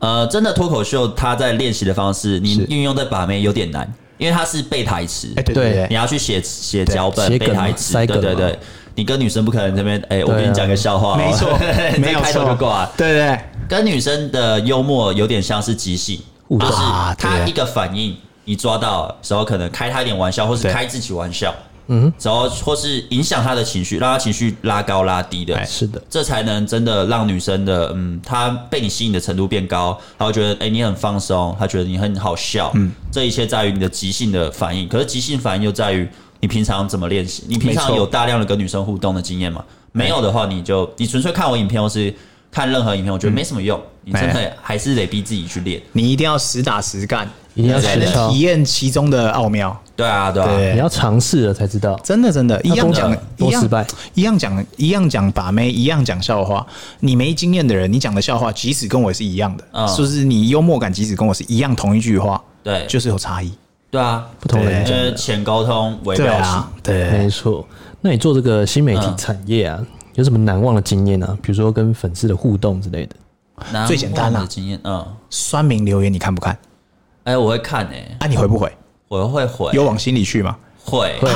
[SPEAKER 3] 呃，真的脱口秀，它在练习的方式，你运用在把妹有点难，因为它是背台词，
[SPEAKER 2] 哎对
[SPEAKER 1] 对
[SPEAKER 2] 对
[SPEAKER 3] 你
[SPEAKER 2] 对，
[SPEAKER 3] 要去写写脚本、
[SPEAKER 1] 写
[SPEAKER 3] 背
[SPEAKER 1] 梗嘛
[SPEAKER 3] 台词，
[SPEAKER 1] 塞
[SPEAKER 3] 对
[SPEAKER 1] 梗
[SPEAKER 3] 对
[SPEAKER 1] 嘛
[SPEAKER 3] 对。你跟女生不可能这边，哎、我
[SPEAKER 1] 对
[SPEAKER 3] 跟
[SPEAKER 1] 啊
[SPEAKER 3] 你讲个笑话哦、，
[SPEAKER 2] 没错 没有
[SPEAKER 3] 开头
[SPEAKER 2] 错
[SPEAKER 3] 就挂了。
[SPEAKER 2] 对对对
[SPEAKER 3] 跟女生的幽默有点像是即兴，
[SPEAKER 1] 互
[SPEAKER 3] 就
[SPEAKER 1] 动
[SPEAKER 3] 是
[SPEAKER 2] 啊
[SPEAKER 3] 她
[SPEAKER 2] 对
[SPEAKER 3] 一个反应你抓到了时候，可能开她一点玩笑，或是
[SPEAKER 2] 对
[SPEAKER 3] 开自己玩笑，嗯，然后或是影响她的情绪，让她情绪拉高拉低的
[SPEAKER 2] 哎，
[SPEAKER 1] 是的，
[SPEAKER 3] 这才能真的让女生的嗯，她被你吸引的程度变高，她会觉得哎、你很放松，她觉得你很好笑，嗯，这一切在于你的即兴的反应，可是即兴反应又在于你平常怎么练习，你平
[SPEAKER 2] 没
[SPEAKER 3] 常
[SPEAKER 2] 错
[SPEAKER 3] 有大量的跟女生互动的经验嘛？没有的话，你就你纯粹看我影片或是看任何影片，我
[SPEAKER 2] 嗯
[SPEAKER 3] 觉得没什么用，你真
[SPEAKER 2] 哎
[SPEAKER 3] 的还是得逼自己去练。
[SPEAKER 2] 你一定要实打实干，
[SPEAKER 1] 一定要
[SPEAKER 2] 才
[SPEAKER 1] 实
[SPEAKER 2] 能
[SPEAKER 1] 操
[SPEAKER 2] 体，验其中的奥妙，
[SPEAKER 3] 对啊，对啊，
[SPEAKER 2] 对
[SPEAKER 1] 你要尝试了才知道。
[SPEAKER 2] 真的真的，一
[SPEAKER 1] 要
[SPEAKER 2] 样
[SPEAKER 1] 多
[SPEAKER 2] 讲
[SPEAKER 1] 讲，多
[SPEAKER 2] 一样
[SPEAKER 1] 失败，
[SPEAKER 2] 一样讲，一样讲把妹，一样讲笑话。你没经验的人，你讲的笑话，即使跟我是一样的，
[SPEAKER 3] 嗯
[SPEAKER 2] 就是你幽默感，即使跟我是一样同一句话，
[SPEAKER 3] 对，
[SPEAKER 2] 就是有差异。
[SPEAKER 3] 对啊，
[SPEAKER 1] 不同人
[SPEAKER 3] 就
[SPEAKER 1] 讲，
[SPEAKER 3] 是浅沟通为
[SPEAKER 2] 对
[SPEAKER 3] 表
[SPEAKER 2] 啊
[SPEAKER 3] 情。，
[SPEAKER 2] 对
[SPEAKER 1] 没错。那你做这个新媒体
[SPEAKER 3] 嗯
[SPEAKER 1] 产业啊，有什么难忘的经验啊？比如说跟粉丝的互动之类的。
[SPEAKER 3] 难
[SPEAKER 2] 啊最简单啦
[SPEAKER 3] 忘的经验，嗯，
[SPEAKER 2] 酸民留言你看不看？
[SPEAKER 3] 哎，我会看诶，
[SPEAKER 2] 啊，你回不回？
[SPEAKER 3] 我会回，
[SPEAKER 2] 有往心里去吗？
[SPEAKER 3] 会
[SPEAKER 1] 会，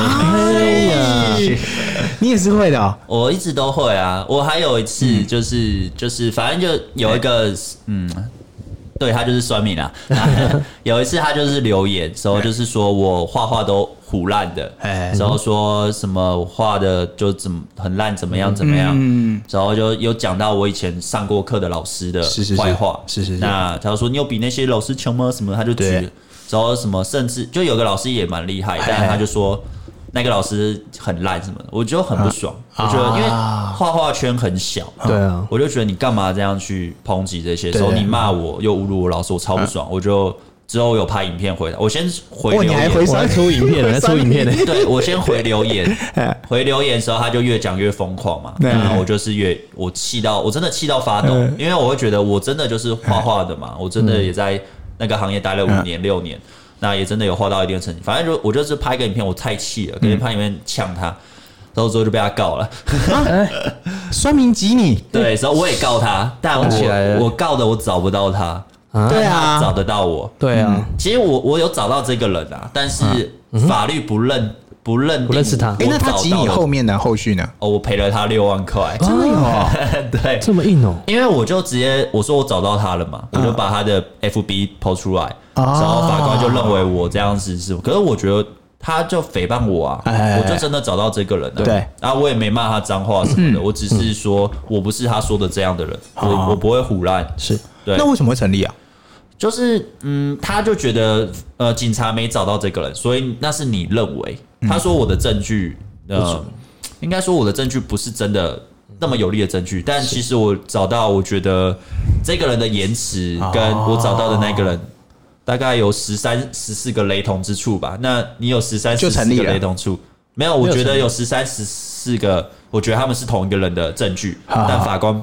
[SPEAKER 2] 你也是会的哦。
[SPEAKER 3] 我一直都会啊，我还有一次
[SPEAKER 2] 嗯
[SPEAKER 3] 就是、就是，反正就有一个嗯，对他就是 酸敏啊。那有一次他就是留言，时候就是说我画画都胡烂的，
[SPEAKER 2] 哎
[SPEAKER 3] 然后说什么画的就怎么很烂，怎么样怎么样，
[SPEAKER 2] 嗯
[SPEAKER 3] 然后就有讲到我以前上过课的老师的
[SPEAKER 2] 是是是
[SPEAKER 3] 坏话，
[SPEAKER 2] 是是是
[SPEAKER 3] 那他就说你有比那些老师强吗？什么他就举
[SPEAKER 2] 对，哎
[SPEAKER 3] 然后什么甚至就有个老师也蛮厉害，但他就说。那个老师很烂什么的，我就很
[SPEAKER 2] 啊
[SPEAKER 3] 不爽。我觉得，因为画画圈很小，
[SPEAKER 2] 嗯
[SPEAKER 1] 对啊，
[SPEAKER 3] 我就觉得你干嘛这样去抨击这些？
[SPEAKER 2] 对
[SPEAKER 3] 时候你骂我又侮辱我老师，我超不爽。我就之后我有拍影片回来，我先回
[SPEAKER 2] 哇
[SPEAKER 3] 留
[SPEAKER 2] 哦你还
[SPEAKER 3] 言，
[SPEAKER 2] 回
[SPEAKER 1] 我还出影 片了，还出影片呢。
[SPEAKER 3] 对我先回留言，回留言的时候他就越讲越疯狂嘛，
[SPEAKER 2] 对
[SPEAKER 3] 然后我就是越我气到我真的气到发抖，因为我会觉得我真的就是画画的嘛，我真的也在那个行业待了五
[SPEAKER 2] 嗯
[SPEAKER 3] 年六年，那也真的有画到一定的成绩，反正就我就是拍个影片，我太气了，可
[SPEAKER 2] 嗯
[SPEAKER 3] 能拍影片呛他，然后之后就被他告了，
[SPEAKER 2] 酸民挤你，
[SPEAKER 3] 对，然后我也告他，但
[SPEAKER 1] 想起来
[SPEAKER 3] 我
[SPEAKER 1] 了
[SPEAKER 3] 我告的我找不到他，
[SPEAKER 1] 啊
[SPEAKER 2] 对
[SPEAKER 3] 他找
[SPEAKER 2] 啊，
[SPEAKER 3] 得到我，
[SPEAKER 1] 对啊，
[SPEAKER 3] 其实我我有找到这个人啊，但是法律不认不认
[SPEAKER 1] 嗯
[SPEAKER 3] 定
[SPEAKER 1] 不认识他
[SPEAKER 3] 我
[SPEAKER 2] 哎，那他
[SPEAKER 3] 找
[SPEAKER 2] 挤
[SPEAKER 3] 到
[SPEAKER 2] 你
[SPEAKER 3] 的
[SPEAKER 2] 后面呢？后续呢？
[SPEAKER 3] 哦，我赔了他六万块，
[SPEAKER 2] 真的有，
[SPEAKER 3] 对，
[SPEAKER 1] 这么硬哦。
[SPEAKER 3] 因为我就直接我说我找到他了嘛，我就把他的 FB 抛出来，
[SPEAKER 2] 嗯啊
[SPEAKER 3] 然后法官就认为我这样子是，可是我觉得他就诽谤我啊，
[SPEAKER 2] 哎哎哎
[SPEAKER 3] 我就真的找到这个人了，
[SPEAKER 2] 对，嗯
[SPEAKER 3] 然后我也没骂他脏话什么的，我只是说我不是他说的这样的人，我我不会胡乱，
[SPEAKER 1] 是
[SPEAKER 3] 对
[SPEAKER 2] 哦那为什么会成立啊？
[SPEAKER 3] 就是嗯，他就觉得呃，警察没找到这个人，所以那是你认为。他说我的证据，呃，应该说我的证据不是真的那么有力的证据，但其实我找到，我觉得这个人的言辞跟我找到的那个人。大概有十三、十四个雷同之处吧。那你有十三、
[SPEAKER 2] 就
[SPEAKER 3] 十
[SPEAKER 2] 成
[SPEAKER 3] 四
[SPEAKER 2] 立
[SPEAKER 3] 个
[SPEAKER 2] 了
[SPEAKER 3] 雷同处？没有，我
[SPEAKER 1] 没有
[SPEAKER 3] 觉
[SPEAKER 1] 成
[SPEAKER 3] 得
[SPEAKER 1] 立
[SPEAKER 3] 有十三、十四个，我觉得他们是同一个人的证据，
[SPEAKER 2] 好
[SPEAKER 3] 但法官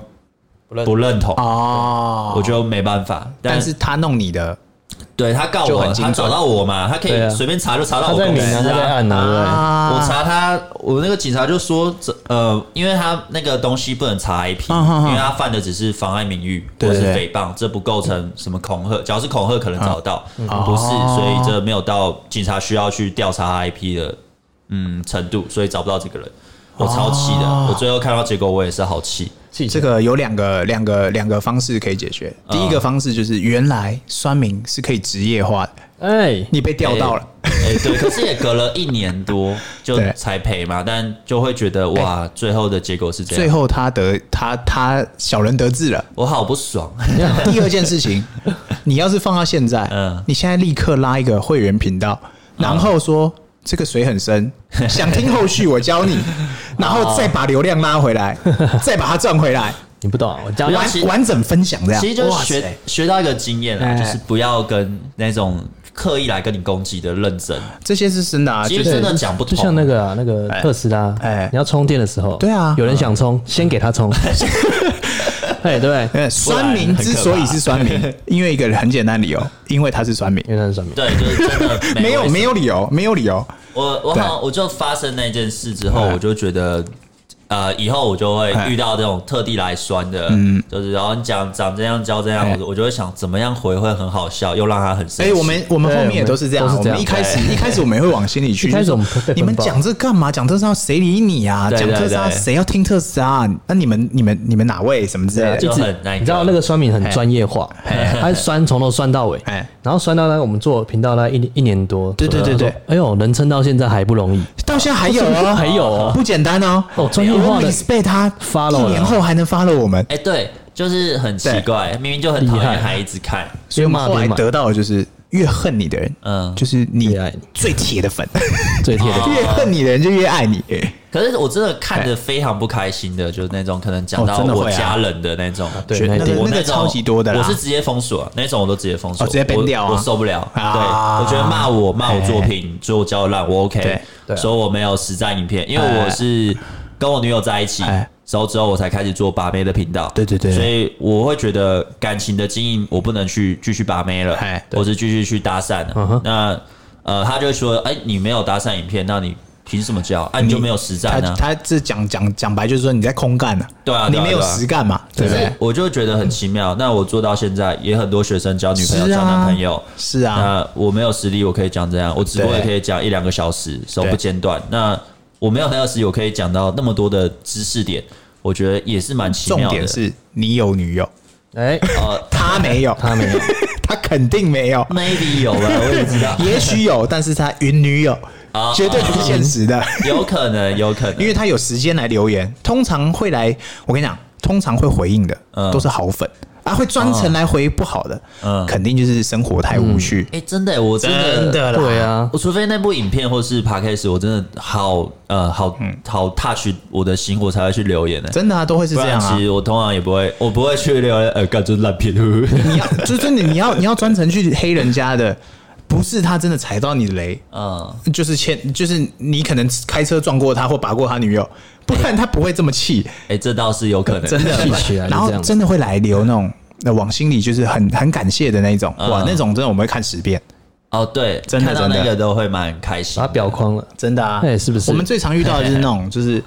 [SPEAKER 3] 不认同，
[SPEAKER 2] 哦
[SPEAKER 3] 我就没办法。
[SPEAKER 2] 但是他弄你的，
[SPEAKER 3] 对他告
[SPEAKER 2] 就
[SPEAKER 3] 我，
[SPEAKER 2] 很精
[SPEAKER 3] 他
[SPEAKER 2] 准
[SPEAKER 3] 找到我嘛，他可
[SPEAKER 1] 对啊
[SPEAKER 3] 以随便查就查到
[SPEAKER 1] 他
[SPEAKER 3] 我
[SPEAKER 1] 在
[SPEAKER 3] 公
[SPEAKER 1] 明
[SPEAKER 3] 司
[SPEAKER 1] 啊，他在暗啊，
[SPEAKER 2] 啊
[SPEAKER 3] 我查他，我那个警察就说，这呃，因为他那个东西不能查 IP，、
[SPEAKER 1] 嗯
[SPEAKER 2] 啊哈哈
[SPEAKER 3] 因为他犯的只是妨碍名誉或
[SPEAKER 2] 对
[SPEAKER 3] 者是
[SPEAKER 2] 对
[SPEAKER 3] 诽谤，这不构成什么恐吓。只要是恐吓，可能找得到，
[SPEAKER 1] 嗯
[SPEAKER 3] 不是，
[SPEAKER 1] 哦
[SPEAKER 3] 所以这没有到警察需要去调查 IP 的嗯程度，所以找不到这个人。我超气的，
[SPEAKER 1] 哦
[SPEAKER 3] 我最后看到结果，我也是好气。
[SPEAKER 1] 对
[SPEAKER 2] 这个有两个两个两个方式可以解决。
[SPEAKER 3] 啊
[SPEAKER 2] 第一个方式就是原来酸民是可以职业化的，
[SPEAKER 1] 哎，
[SPEAKER 2] 你被调到了。
[SPEAKER 3] 哎、对，可是也隔了一年 多就
[SPEAKER 2] 对
[SPEAKER 3] 才赔嘛，但就会觉得哇，最后的结果是这
[SPEAKER 2] 最
[SPEAKER 3] 样，
[SPEAKER 2] 后他得他他小人得志了。
[SPEAKER 3] 我好不爽。
[SPEAKER 2] 第二件事 情，你要是放到现在，
[SPEAKER 3] 嗯啊
[SPEAKER 2] 你现在立刻拉一个会员频道，然后说这个水很 深，想听后续我教你，然后再把流量拉回 来，再把它赚回来，
[SPEAKER 1] 你不懂，我教
[SPEAKER 3] 不
[SPEAKER 1] 你
[SPEAKER 3] 要。
[SPEAKER 2] 完完整分享这样。
[SPEAKER 3] 其实就是
[SPEAKER 2] 啊哇塞
[SPEAKER 3] 学学到一个经验啊，
[SPEAKER 2] 哎
[SPEAKER 3] 就是不要跟那种刻意来跟你攻击的认真。
[SPEAKER 2] 这些是真的啊，
[SPEAKER 3] 其实
[SPEAKER 2] 就是
[SPEAKER 3] 真的讲不
[SPEAKER 1] 就
[SPEAKER 3] 通，
[SPEAKER 1] 像那个啊，那个特斯拉，
[SPEAKER 2] 哎
[SPEAKER 1] 哎，你要充电的时候，
[SPEAKER 2] 对啊
[SPEAKER 1] 有人想充，先给他充， 哎，对不对，
[SPEAKER 2] 呃酸民之所以是酸民， 因为一个很简单理由，因为他是酸民，
[SPEAKER 1] 因为他是算命，
[SPEAKER 3] 对，就是真 的
[SPEAKER 2] 没有
[SPEAKER 3] 为什么
[SPEAKER 2] 没有理由，没有理由。
[SPEAKER 3] 我我好像我就发生那件事之后，
[SPEAKER 2] 哎
[SPEAKER 3] 我就觉得。呃，以后我就会遇到这种特地来酸的，就是然后你讲长这样教这样，
[SPEAKER 2] 嗯哎
[SPEAKER 3] 我就我就会想怎么样回会很好笑，又让他很生
[SPEAKER 2] 哎、
[SPEAKER 3] 气。
[SPEAKER 2] 我们我们
[SPEAKER 1] 对
[SPEAKER 2] 后面也都是这样啊，
[SPEAKER 1] 我
[SPEAKER 2] 我
[SPEAKER 1] 们都是这样
[SPEAKER 2] 们一开始一开始我们也会往心里去，
[SPEAKER 1] 一开始
[SPEAKER 2] 就是
[SPEAKER 1] 我们会被
[SPEAKER 2] 你们
[SPEAKER 1] 喷爆
[SPEAKER 2] 讲这干嘛？讲特斯拉谁理你啊？
[SPEAKER 3] 对
[SPEAKER 2] 讲特斯拉
[SPEAKER 3] 对对
[SPEAKER 2] 谁要听特斯拉？那你们你们你们哪位什么之类
[SPEAKER 1] 对啊
[SPEAKER 2] 的？
[SPEAKER 3] 就
[SPEAKER 1] 一直
[SPEAKER 3] 很那一个
[SPEAKER 1] 你知道那个酸民很专业化，
[SPEAKER 2] 哎
[SPEAKER 1] 他酸从头酸到尾
[SPEAKER 2] 哎，
[SPEAKER 1] 然后酸到那个我们做频道那一一年多，
[SPEAKER 2] 对对对对，
[SPEAKER 1] 哎呦，能撑到现在还不容易，
[SPEAKER 2] 到现在还有哦，
[SPEAKER 1] 还有哦
[SPEAKER 2] 不简单哦。
[SPEAKER 1] 哦专业化的
[SPEAKER 2] respect 他
[SPEAKER 1] follow
[SPEAKER 2] 一
[SPEAKER 1] 了
[SPEAKER 2] 年后还能 follow 我们，
[SPEAKER 3] 哎、对，就是很奇
[SPEAKER 2] 对
[SPEAKER 3] 怪，明明就很讨
[SPEAKER 1] 厉害
[SPEAKER 3] 厌，还一直看。
[SPEAKER 2] 所以我们
[SPEAKER 1] 边
[SPEAKER 2] 后
[SPEAKER 1] 骂
[SPEAKER 2] 来
[SPEAKER 1] 边骂
[SPEAKER 2] 得到的就是越恨你的人，嗯，
[SPEAKER 3] 嗯
[SPEAKER 2] 就是你
[SPEAKER 1] 越爱你
[SPEAKER 2] 最铁的粉，
[SPEAKER 1] 最贴的
[SPEAKER 3] 哦
[SPEAKER 2] 越恨你的人就越爱你。
[SPEAKER 3] 可是我真的看着非常不开心的，就是那种可能讲
[SPEAKER 2] 哦
[SPEAKER 3] 到
[SPEAKER 2] 真的会
[SPEAKER 3] 我
[SPEAKER 2] 啊
[SPEAKER 3] 家人的那种，
[SPEAKER 1] 对
[SPEAKER 2] 觉
[SPEAKER 1] 那
[SPEAKER 2] 得
[SPEAKER 1] 一
[SPEAKER 2] 那
[SPEAKER 1] 定
[SPEAKER 2] 个
[SPEAKER 3] 我
[SPEAKER 2] 那个
[SPEAKER 3] 种
[SPEAKER 2] 超级多的啦，
[SPEAKER 3] 我是直接封锁那种，我都直接封锁，
[SPEAKER 2] 哦直接 ban 掉啊
[SPEAKER 3] 我我受不了。对，
[SPEAKER 2] 啊
[SPEAKER 3] 我觉得骂我骂我作品，说我教烂，我
[SPEAKER 2] 对
[SPEAKER 3] OK，
[SPEAKER 1] 对啊
[SPEAKER 3] 说我没有实战影片，因为我是跟我女友在一起
[SPEAKER 2] 哎。
[SPEAKER 3] 之后之后，我才开始做把妹的频道。
[SPEAKER 2] 对对对
[SPEAKER 3] 所以我会觉得感情的经营，我不能去继续把妹了
[SPEAKER 2] 哎，对
[SPEAKER 3] 我是继续去搭讪
[SPEAKER 1] 嗯
[SPEAKER 3] 了
[SPEAKER 1] 哼。
[SPEAKER 3] 那呃，他就会说：“哎，你没有搭讪影片，那你凭什么教？啊，你就没有实
[SPEAKER 2] 他
[SPEAKER 3] 战呢？”
[SPEAKER 2] 他这讲讲讲白就是说你在空干呢，
[SPEAKER 3] 对啊对
[SPEAKER 2] 你
[SPEAKER 3] 啊
[SPEAKER 2] 没有
[SPEAKER 3] 对啊
[SPEAKER 2] 实干嘛，对不对？
[SPEAKER 3] 我就觉得很奇妙。那我做到现在，也很多学生交女朋友、
[SPEAKER 2] 是啊
[SPEAKER 3] 交男朋友。
[SPEAKER 2] 是啊，
[SPEAKER 3] 那我没有实力，我可以讲这样，我直播
[SPEAKER 2] 对
[SPEAKER 3] 也可以讲一两个小时，手不间断。那我没有很有实力，我可以讲到那么多的知识点，我觉得也是蛮奇
[SPEAKER 2] 重
[SPEAKER 3] 妙的
[SPEAKER 2] 点。是你有女 友，
[SPEAKER 1] 哎，
[SPEAKER 3] 呃
[SPEAKER 2] 他没有，
[SPEAKER 1] 他 没有，
[SPEAKER 2] 他肯定没 有，，
[SPEAKER 3] ，maybe 有吧，我也不知道
[SPEAKER 2] 也许有，但是他云女友
[SPEAKER 3] 啊
[SPEAKER 2] 绝对不是现实的，
[SPEAKER 3] 有可能，有可 能，
[SPEAKER 2] 因为他有时间来留言，通常会来，我跟你讲，通常会回应的
[SPEAKER 3] 嗯
[SPEAKER 2] 都是好粉啊，会专程来回不好的，
[SPEAKER 3] 嗯
[SPEAKER 2] 肯定就是生活太无趣，
[SPEAKER 3] 哎、真的、我真的，
[SPEAKER 2] 啦
[SPEAKER 1] 对，啊，
[SPEAKER 3] 我除非那部影片或是 podcast，我真的好呃好
[SPEAKER 2] 嗯
[SPEAKER 3] 好 touch 我的心，我才会去留言呢、
[SPEAKER 2] 真的啊，都会是
[SPEAKER 3] 不
[SPEAKER 2] 这
[SPEAKER 3] 然
[SPEAKER 2] 样啊
[SPEAKER 3] 其。实我通常也不会，我不会去留言，呃，干就是烂 片，呵呵
[SPEAKER 2] 你要就是真的，你要你要专程去黑人家的，不是他真的踩到你的雷，
[SPEAKER 3] 嗯。
[SPEAKER 2] 就是欠，就是你可能开车撞过他或拔过他女友，不然他不会这么气，
[SPEAKER 3] 哎、这倒是有可能，
[SPEAKER 2] 真的
[SPEAKER 1] 气起来。就
[SPEAKER 2] 然
[SPEAKER 1] 这
[SPEAKER 2] 后
[SPEAKER 1] 样子
[SPEAKER 2] 真的会来留那种，那往心里就是很很感谢的那一种，哇，
[SPEAKER 3] 嗯
[SPEAKER 2] 那种真的我们会看十遍，
[SPEAKER 3] 哦，对，
[SPEAKER 2] 真的
[SPEAKER 3] 看到那
[SPEAKER 2] 真的
[SPEAKER 3] 个都会蛮开心
[SPEAKER 1] 把
[SPEAKER 3] 的。
[SPEAKER 1] 他表框了，
[SPEAKER 2] 真的啊
[SPEAKER 1] 哎是不是哎
[SPEAKER 2] 我们最常遇到的就是那种，就是。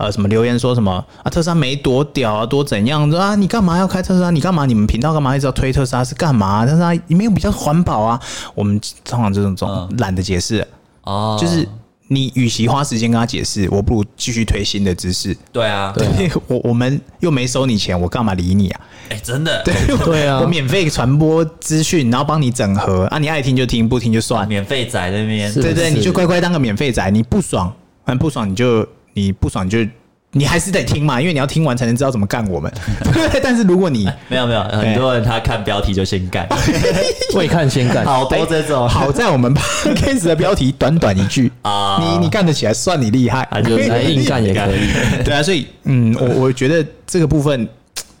[SPEAKER 2] 呃，什么留言说什么啊？特斯拉没多屌啊，多怎样？说啊，你干嘛要开特斯拉？你干嘛？你们频道干嘛一直要推特斯拉？是干嘛、特斯拉没有比较环保啊？我们通常这种这种
[SPEAKER 1] 嗯
[SPEAKER 2] 懒得解释了，
[SPEAKER 3] 哦，
[SPEAKER 2] 就是你与其花时间跟他解释，我不如继续推新的知识。
[SPEAKER 3] 对啊，
[SPEAKER 2] 对， 我我们又没收你钱，我干嘛理你啊？
[SPEAKER 3] 哎，真的，
[SPEAKER 1] 对啊
[SPEAKER 2] 我免费传播资讯，然后帮你整合啊，你爱听就听，不听就算。
[SPEAKER 3] 免费仔那边
[SPEAKER 1] 是
[SPEAKER 2] 对对，
[SPEAKER 1] 是
[SPEAKER 2] 你就乖乖当个免费仔，你不爽，嗯，不爽你就你不爽你就你还是得听 嘛，因为你要听完才能知道怎么干我们。 对，但是如果你
[SPEAKER 3] 没有没有，很多人他看标题就先 干，
[SPEAKER 1] 未看先 干，
[SPEAKER 3] 好多这种，
[SPEAKER 2] 好在我们开始的标题短短一句
[SPEAKER 3] 啊
[SPEAKER 2] 你你干得起来算你厉害，
[SPEAKER 3] 啊就是
[SPEAKER 1] 来硬干也可以。
[SPEAKER 2] 对啊，所以嗯，我我觉得这个部分，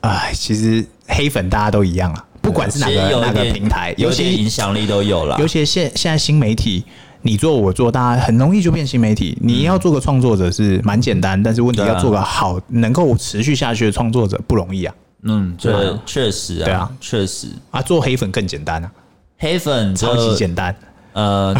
[SPEAKER 2] 哎，其实黑粉大家都一样啊，不管是哪
[SPEAKER 3] 其实
[SPEAKER 2] 个
[SPEAKER 3] 有
[SPEAKER 2] 哪
[SPEAKER 3] 一
[SPEAKER 2] 个
[SPEAKER 3] 点
[SPEAKER 2] 平台，尤
[SPEAKER 3] 有一点
[SPEAKER 2] 其
[SPEAKER 3] 影响力都有啦。
[SPEAKER 2] 尤其现现在新媒体。你做我做，大家很容易就变新媒体。你要做个创作者是蛮简单，但是问题
[SPEAKER 3] 对啊
[SPEAKER 2] 要做个好、能够持续下去的创作者不容易啊！
[SPEAKER 3] 嗯，
[SPEAKER 2] 对
[SPEAKER 3] 这
[SPEAKER 2] 啊
[SPEAKER 3] 确实
[SPEAKER 2] 对啊
[SPEAKER 3] 啊，确实，
[SPEAKER 2] 啊，做黑粉更简单啊，
[SPEAKER 3] 黑粉就
[SPEAKER 2] 超级简单。
[SPEAKER 3] 呃，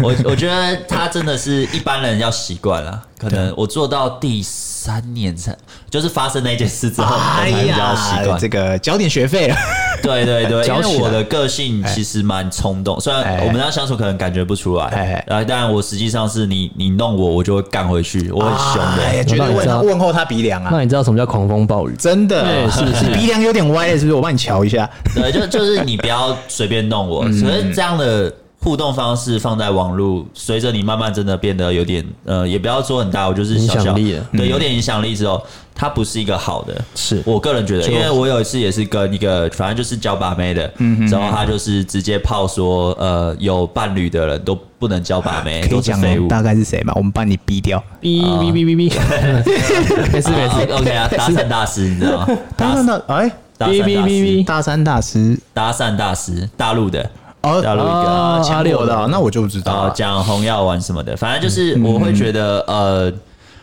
[SPEAKER 3] 我 我觉得他真的是一般人要习惯了，可能我做到第三年才，就是发生那件事之后，我才比较习惯。
[SPEAKER 2] 哎这个交点学费了。啊
[SPEAKER 3] 对对对，因
[SPEAKER 2] 矫情啊
[SPEAKER 3] 为我的个性其实蛮冲动，虽然
[SPEAKER 2] 哎
[SPEAKER 3] 我们俩相处可能感觉不出
[SPEAKER 2] 哎
[SPEAKER 3] 来，啊，但我实际上是你你弄我，我就会干回去，我很凶
[SPEAKER 2] 哎呀
[SPEAKER 3] 的。
[SPEAKER 2] 绝对
[SPEAKER 1] 那你知道
[SPEAKER 2] 问问候他鼻梁啊，
[SPEAKER 1] 那你知道什么叫狂风暴雨？
[SPEAKER 2] 真的，
[SPEAKER 1] 对是不是
[SPEAKER 2] 鼻梁有点歪了，是不是？我帮你瞧一下。
[SPEAKER 3] 对，就就是你不要随便弄我，
[SPEAKER 1] 嗯
[SPEAKER 3] 可是这样的。互动方式放在网络，随着你慢慢真的变得有点，呃，也不要说很大，我就是小
[SPEAKER 1] 影
[SPEAKER 3] 小
[SPEAKER 1] 响力了嗯
[SPEAKER 3] 对，有点影响力之后，它不是一个好的，
[SPEAKER 1] 是
[SPEAKER 3] 我个人觉得，因为我有一次也是跟一个反正就是交把妹的，
[SPEAKER 1] 嗯
[SPEAKER 3] 然后他就是直接泡说，呃，有伴侣的人都不能交把妹，
[SPEAKER 2] 可以
[SPEAKER 3] 哎都是
[SPEAKER 2] 哎讲哦
[SPEAKER 3] 废物。
[SPEAKER 2] 大概是谁吗？我们帮你逼掉。
[SPEAKER 1] 哔哔哔哔哔，没事没事，
[SPEAKER 3] 啊 OK 啊，搭讪大师，你 知道吗？
[SPEAKER 2] 搭讪
[SPEAKER 3] 搭
[SPEAKER 2] 大哎，
[SPEAKER 3] 搭讪
[SPEAKER 1] 哔哔
[SPEAKER 3] 大
[SPEAKER 1] 哔
[SPEAKER 3] 师
[SPEAKER 1] 哔，
[SPEAKER 2] 搭讪大师
[SPEAKER 3] 搭讪大师，大陆的。
[SPEAKER 2] 哦
[SPEAKER 3] 大陆一个
[SPEAKER 2] 哦
[SPEAKER 1] 阿
[SPEAKER 2] 请
[SPEAKER 1] 六
[SPEAKER 2] 我的哦，那我就不知道嗯
[SPEAKER 3] 然后
[SPEAKER 2] 了。
[SPEAKER 3] 讲红药丸什么的，反正就是我会觉得、呃，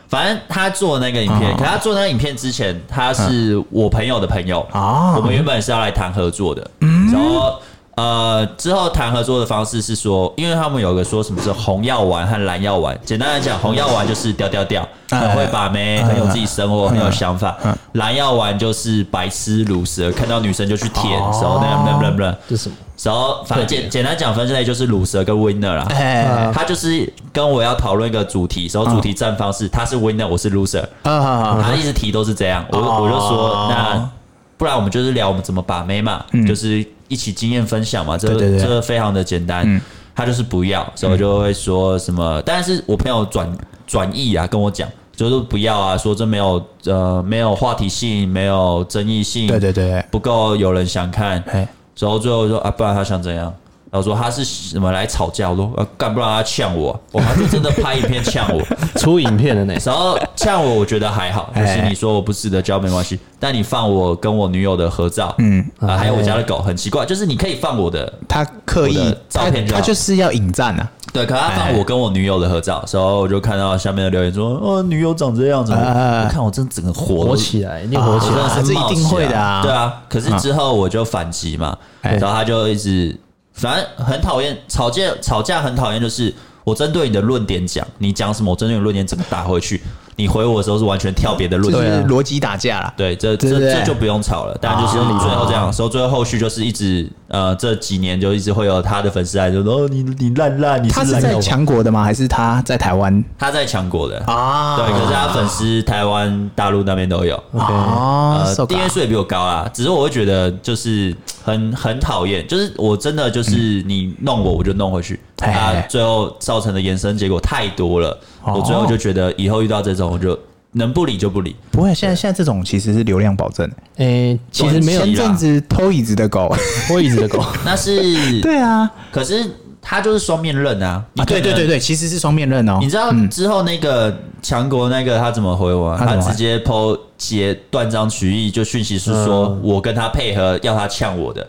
[SPEAKER 3] 反正他做那个影
[SPEAKER 2] 啊
[SPEAKER 3] 片，可他做那个影片之前，他是我朋友的朋友
[SPEAKER 2] 啊嗯
[SPEAKER 3] 我们原本是要来谈合作的，然后。呃，之后谈合作的方式是说，因为他们有个说什么是红药丸和蓝药丸。简单来讲，红药丸就是调调调，
[SPEAKER 2] 哎
[SPEAKER 3] 很会把妹，很有自己生活，很有想法；蓝药丸就是白痴乳蛇，看到女生就去舔，
[SPEAKER 2] 哦
[SPEAKER 3] 然后那样那样那样那样。
[SPEAKER 1] 这是什么？
[SPEAKER 3] 然后反正简简单讲分类就是乳蛇跟 winner 啦。
[SPEAKER 2] 哎，
[SPEAKER 3] 他就是跟我要讨论一个主题，然后主题站方是他是 winner，我是 loser，
[SPEAKER 2] 啊好好
[SPEAKER 3] 他一直提都是这样，我
[SPEAKER 2] 哦
[SPEAKER 3] 我就说那不然我们就是聊我们怎么把妹嘛，就是一起经验分享嘛，这
[SPEAKER 2] 嗯对对嗯
[SPEAKER 3] 个
[SPEAKER 2] 对
[SPEAKER 3] 这个非常的简单，他就是不要，所以我就会说什么，但是我朋友转转意啊，跟我讲。就是不要啊，说这没有呃没有话题性，没有争议性，
[SPEAKER 2] 对对对，
[SPEAKER 3] 不够有人想看，
[SPEAKER 2] 哎，
[SPEAKER 3] 然后最后说啊，不然他想怎样？然后说他是什么来吵架？我说啊，干不让他呛我，我还是真的拍影片呛 我。
[SPEAKER 1] 出影片了呢？
[SPEAKER 3] 然后呛我，我觉得还好，就是
[SPEAKER 2] 哎
[SPEAKER 3] 你说我不值得交没关系，但你放我跟我女友的合照，嗯，啊，还有我家的狗，很奇怪，就是你可以放我的，
[SPEAKER 2] 他刻
[SPEAKER 3] 我
[SPEAKER 2] 意
[SPEAKER 3] 的，照
[SPEAKER 2] 他
[SPEAKER 3] 片就好
[SPEAKER 2] 他就是要引战啊。
[SPEAKER 3] 对，可他放我跟我女友的合照，哎然后我就看到下面的留言说，哦，女友长这样怎么？
[SPEAKER 2] 哎哎哎
[SPEAKER 3] 我看我真整个火都
[SPEAKER 1] 火起来，一定火起
[SPEAKER 3] 啊我真
[SPEAKER 1] 来！
[SPEAKER 3] 的是
[SPEAKER 2] 这
[SPEAKER 3] 冒
[SPEAKER 2] 一
[SPEAKER 3] 起来
[SPEAKER 2] 定会的啊
[SPEAKER 3] 对啊。可是之后我就反击嘛，
[SPEAKER 2] 哎
[SPEAKER 3] 然后他就一直，反正很讨厌吵架，吵架很讨厌，就是我针对你的论点讲，你讲什么，我针对你的论点整个打回去，你回我的时候是完全跳别的论
[SPEAKER 2] 就
[SPEAKER 3] 点。
[SPEAKER 2] 是逻辑打架啦。
[SPEAKER 3] 对，这
[SPEAKER 2] 对
[SPEAKER 3] 这
[SPEAKER 2] 对啊嗯
[SPEAKER 3] 这就不用吵了，当然就是最后这样，所以最后后续就是一直呃这几年就一直会有他的粉丝来就说哦你你烂烂，你
[SPEAKER 2] 他是
[SPEAKER 3] 烂
[SPEAKER 2] 在
[SPEAKER 3] 肉
[SPEAKER 2] 强国的吗？还是他在台湾
[SPEAKER 3] 他在强国的，
[SPEAKER 2] 啊
[SPEAKER 3] 对，可是他粉丝台湾大陆那边都有，
[SPEAKER 2] 哦，
[SPEAKER 3] 呃，
[SPEAKER 2] 受够
[SPEAKER 3] 订阅数也比我高啦，只是我会觉得就是很很讨厌，就是我真的就是你弄我，我就弄回去，
[SPEAKER 2] 嗯嘿嘿
[SPEAKER 3] 啊
[SPEAKER 2] 嘿，哦
[SPEAKER 3] 最后造成的延伸结果太多了，我最后就觉得以后遇到这种我就能不理 就不理，
[SPEAKER 2] 不会，现在现在这种其实是流量保证。
[SPEAKER 1] 哎，其实没有
[SPEAKER 2] 前
[SPEAKER 3] 短
[SPEAKER 2] 阵子偷椅子的狗，
[SPEAKER 3] 啊
[SPEAKER 1] 拖椅子的狗，
[SPEAKER 3] 那是，
[SPEAKER 2] 对啊，
[SPEAKER 3] 可是他就是双面刃啊，你
[SPEAKER 2] 啊对
[SPEAKER 3] 可
[SPEAKER 2] 对
[SPEAKER 3] 能
[SPEAKER 2] 对。对，其实是双面刃哦
[SPEAKER 3] 你。知道之后那个强国那个他怎么回我啊？
[SPEAKER 2] 他怎
[SPEAKER 3] 他
[SPEAKER 2] 么回
[SPEAKER 3] 直接剖截断章取义，就讯息是说
[SPEAKER 2] 嗯
[SPEAKER 3] 我跟他配合，要他呛我的，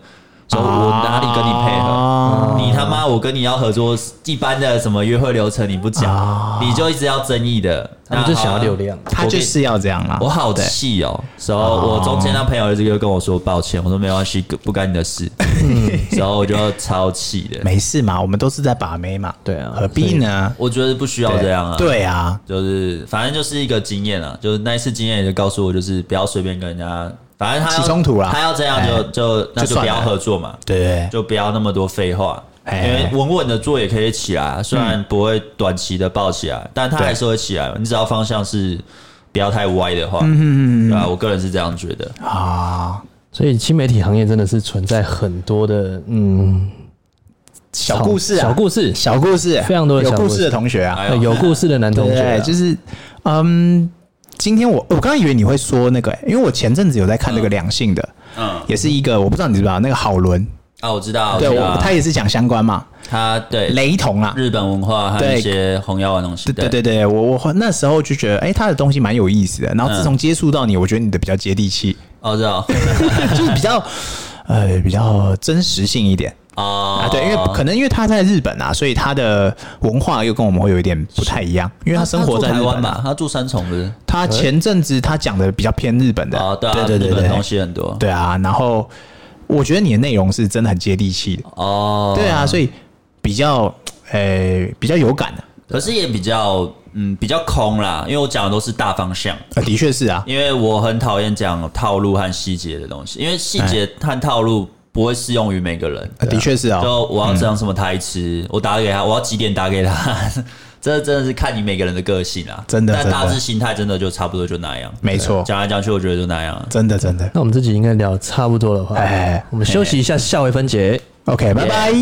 [SPEAKER 3] 说
[SPEAKER 2] 啊
[SPEAKER 3] 我哪里跟你配合？
[SPEAKER 2] 哦
[SPEAKER 3] 你他妈，我跟你要合作，一般的什么约会流程你不讲，你就一直要争议的，
[SPEAKER 1] 他们就想要流
[SPEAKER 3] 那好啊。
[SPEAKER 1] 量。
[SPEAKER 2] 他就是要这样啊。
[SPEAKER 3] 我好气哦！然后我中间那朋友就跟我说抱歉，我说没关系，不干你的事。 然后我就超气的，
[SPEAKER 2] 没事嘛，我们都是在把妹嘛。
[SPEAKER 1] 对啊
[SPEAKER 2] 何必呢？
[SPEAKER 3] 我觉得不需要这样啊。，
[SPEAKER 2] 对啊，
[SPEAKER 3] 就是反正就是一个经验啊，就是那一次经验也就告诉我，就是不要随便跟人家，反正他要
[SPEAKER 2] 起冲突啦
[SPEAKER 3] 他要这样
[SPEAKER 2] 哎
[SPEAKER 3] 就就那就
[SPEAKER 2] 算
[SPEAKER 3] 不
[SPEAKER 2] 了
[SPEAKER 3] 要合作嘛。
[SPEAKER 2] 对
[SPEAKER 3] 就不要那么多废话，因
[SPEAKER 2] 哎嗯
[SPEAKER 3] 为稳稳的做也可以起来啊，虽然不会短期的爆起来，但它还是会起来嘛。你只要方向是不要太歪的
[SPEAKER 2] 嗯
[SPEAKER 3] 话，对吧？我个人是这样觉得。
[SPEAKER 2] 啊，
[SPEAKER 1] 所以新媒体行业真的是存在很多的嗯
[SPEAKER 2] 小故事啊，
[SPEAKER 1] 小故事，
[SPEAKER 2] 小故事，
[SPEAKER 1] 非常多的
[SPEAKER 2] 有
[SPEAKER 1] 小
[SPEAKER 2] 故
[SPEAKER 1] 故
[SPEAKER 2] 事
[SPEAKER 1] 事
[SPEAKER 2] 的同学啊。
[SPEAKER 3] 哎
[SPEAKER 1] 呃
[SPEAKER 3] 呦
[SPEAKER 1] 有故事的男同学啊
[SPEAKER 2] 对，，就是嗯，今天我我刚刚以为你会说那个、因为我前阵子有在看那个两性的，
[SPEAKER 3] 嗯，
[SPEAKER 2] 也是一个我不知道你知不知道那个好伦，
[SPEAKER 3] 啊，我知道，我
[SPEAKER 2] 对
[SPEAKER 3] 知
[SPEAKER 2] 我
[SPEAKER 3] 道，
[SPEAKER 2] 他也是讲相关嘛，
[SPEAKER 3] 他对
[SPEAKER 2] 雷同啦。
[SPEAKER 3] 日本文化和
[SPEAKER 2] 对
[SPEAKER 3] 一些红药丸东西，
[SPEAKER 2] 对对对对，我我那时候就觉得，哎、他的东西蛮有意思的。然后自从接触到你，我觉得你的比较接地气，
[SPEAKER 3] 哦，我 知道
[SPEAKER 2] 就是比较呃比较真实性一点
[SPEAKER 3] 哦
[SPEAKER 2] 啊。对，因为可能因为他在日本啊，所以他的文化又跟我们会有一点不太一样，因为他生活
[SPEAKER 3] 住
[SPEAKER 2] 在日
[SPEAKER 3] 台
[SPEAKER 2] 本
[SPEAKER 3] 湾
[SPEAKER 2] 嘛。
[SPEAKER 3] 吧，他住三重是不是？
[SPEAKER 2] 他前阵子他讲的比较偏日本的
[SPEAKER 3] 哦，对啊，
[SPEAKER 2] 对对
[SPEAKER 3] 日
[SPEAKER 2] 对
[SPEAKER 3] 本
[SPEAKER 2] 对
[SPEAKER 3] 东西很多，
[SPEAKER 2] 对啊，然后我觉得你的内容是真的很接地气的，
[SPEAKER 3] 哦，
[SPEAKER 2] 对啊，所以比较诶、比较有感的、
[SPEAKER 3] 可是也比较嗯比较空啦，因为我讲的都是大方向，
[SPEAKER 2] 呃的确是啊，
[SPEAKER 3] 因为我很讨厌讲套路和细节的东西，因为细节
[SPEAKER 2] 哎
[SPEAKER 3] 和套路不会适用于每个人。
[SPEAKER 2] 呃的确是啊，
[SPEAKER 3] 就我要讲什么台词，我打给他，我要几点打给他， 这真的是看你每个人的个性啊，
[SPEAKER 2] 真的嗯
[SPEAKER 3] 但大
[SPEAKER 2] 真的
[SPEAKER 3] 致心态真的就差不多就那样，
[SPEAKER 2] 没错
[SPEAKER 3] 讲来讲去，我觉得就那样。
[SPEAKER 2] 真的真的
[SPEAKER 1] 那我们这集应该聊差不多了吧？
[SPEAKER 2] 哎
[SPEAKER 1] 我们休息一下，下回分解。
[SPEAKER 2] ，OK，拜拜。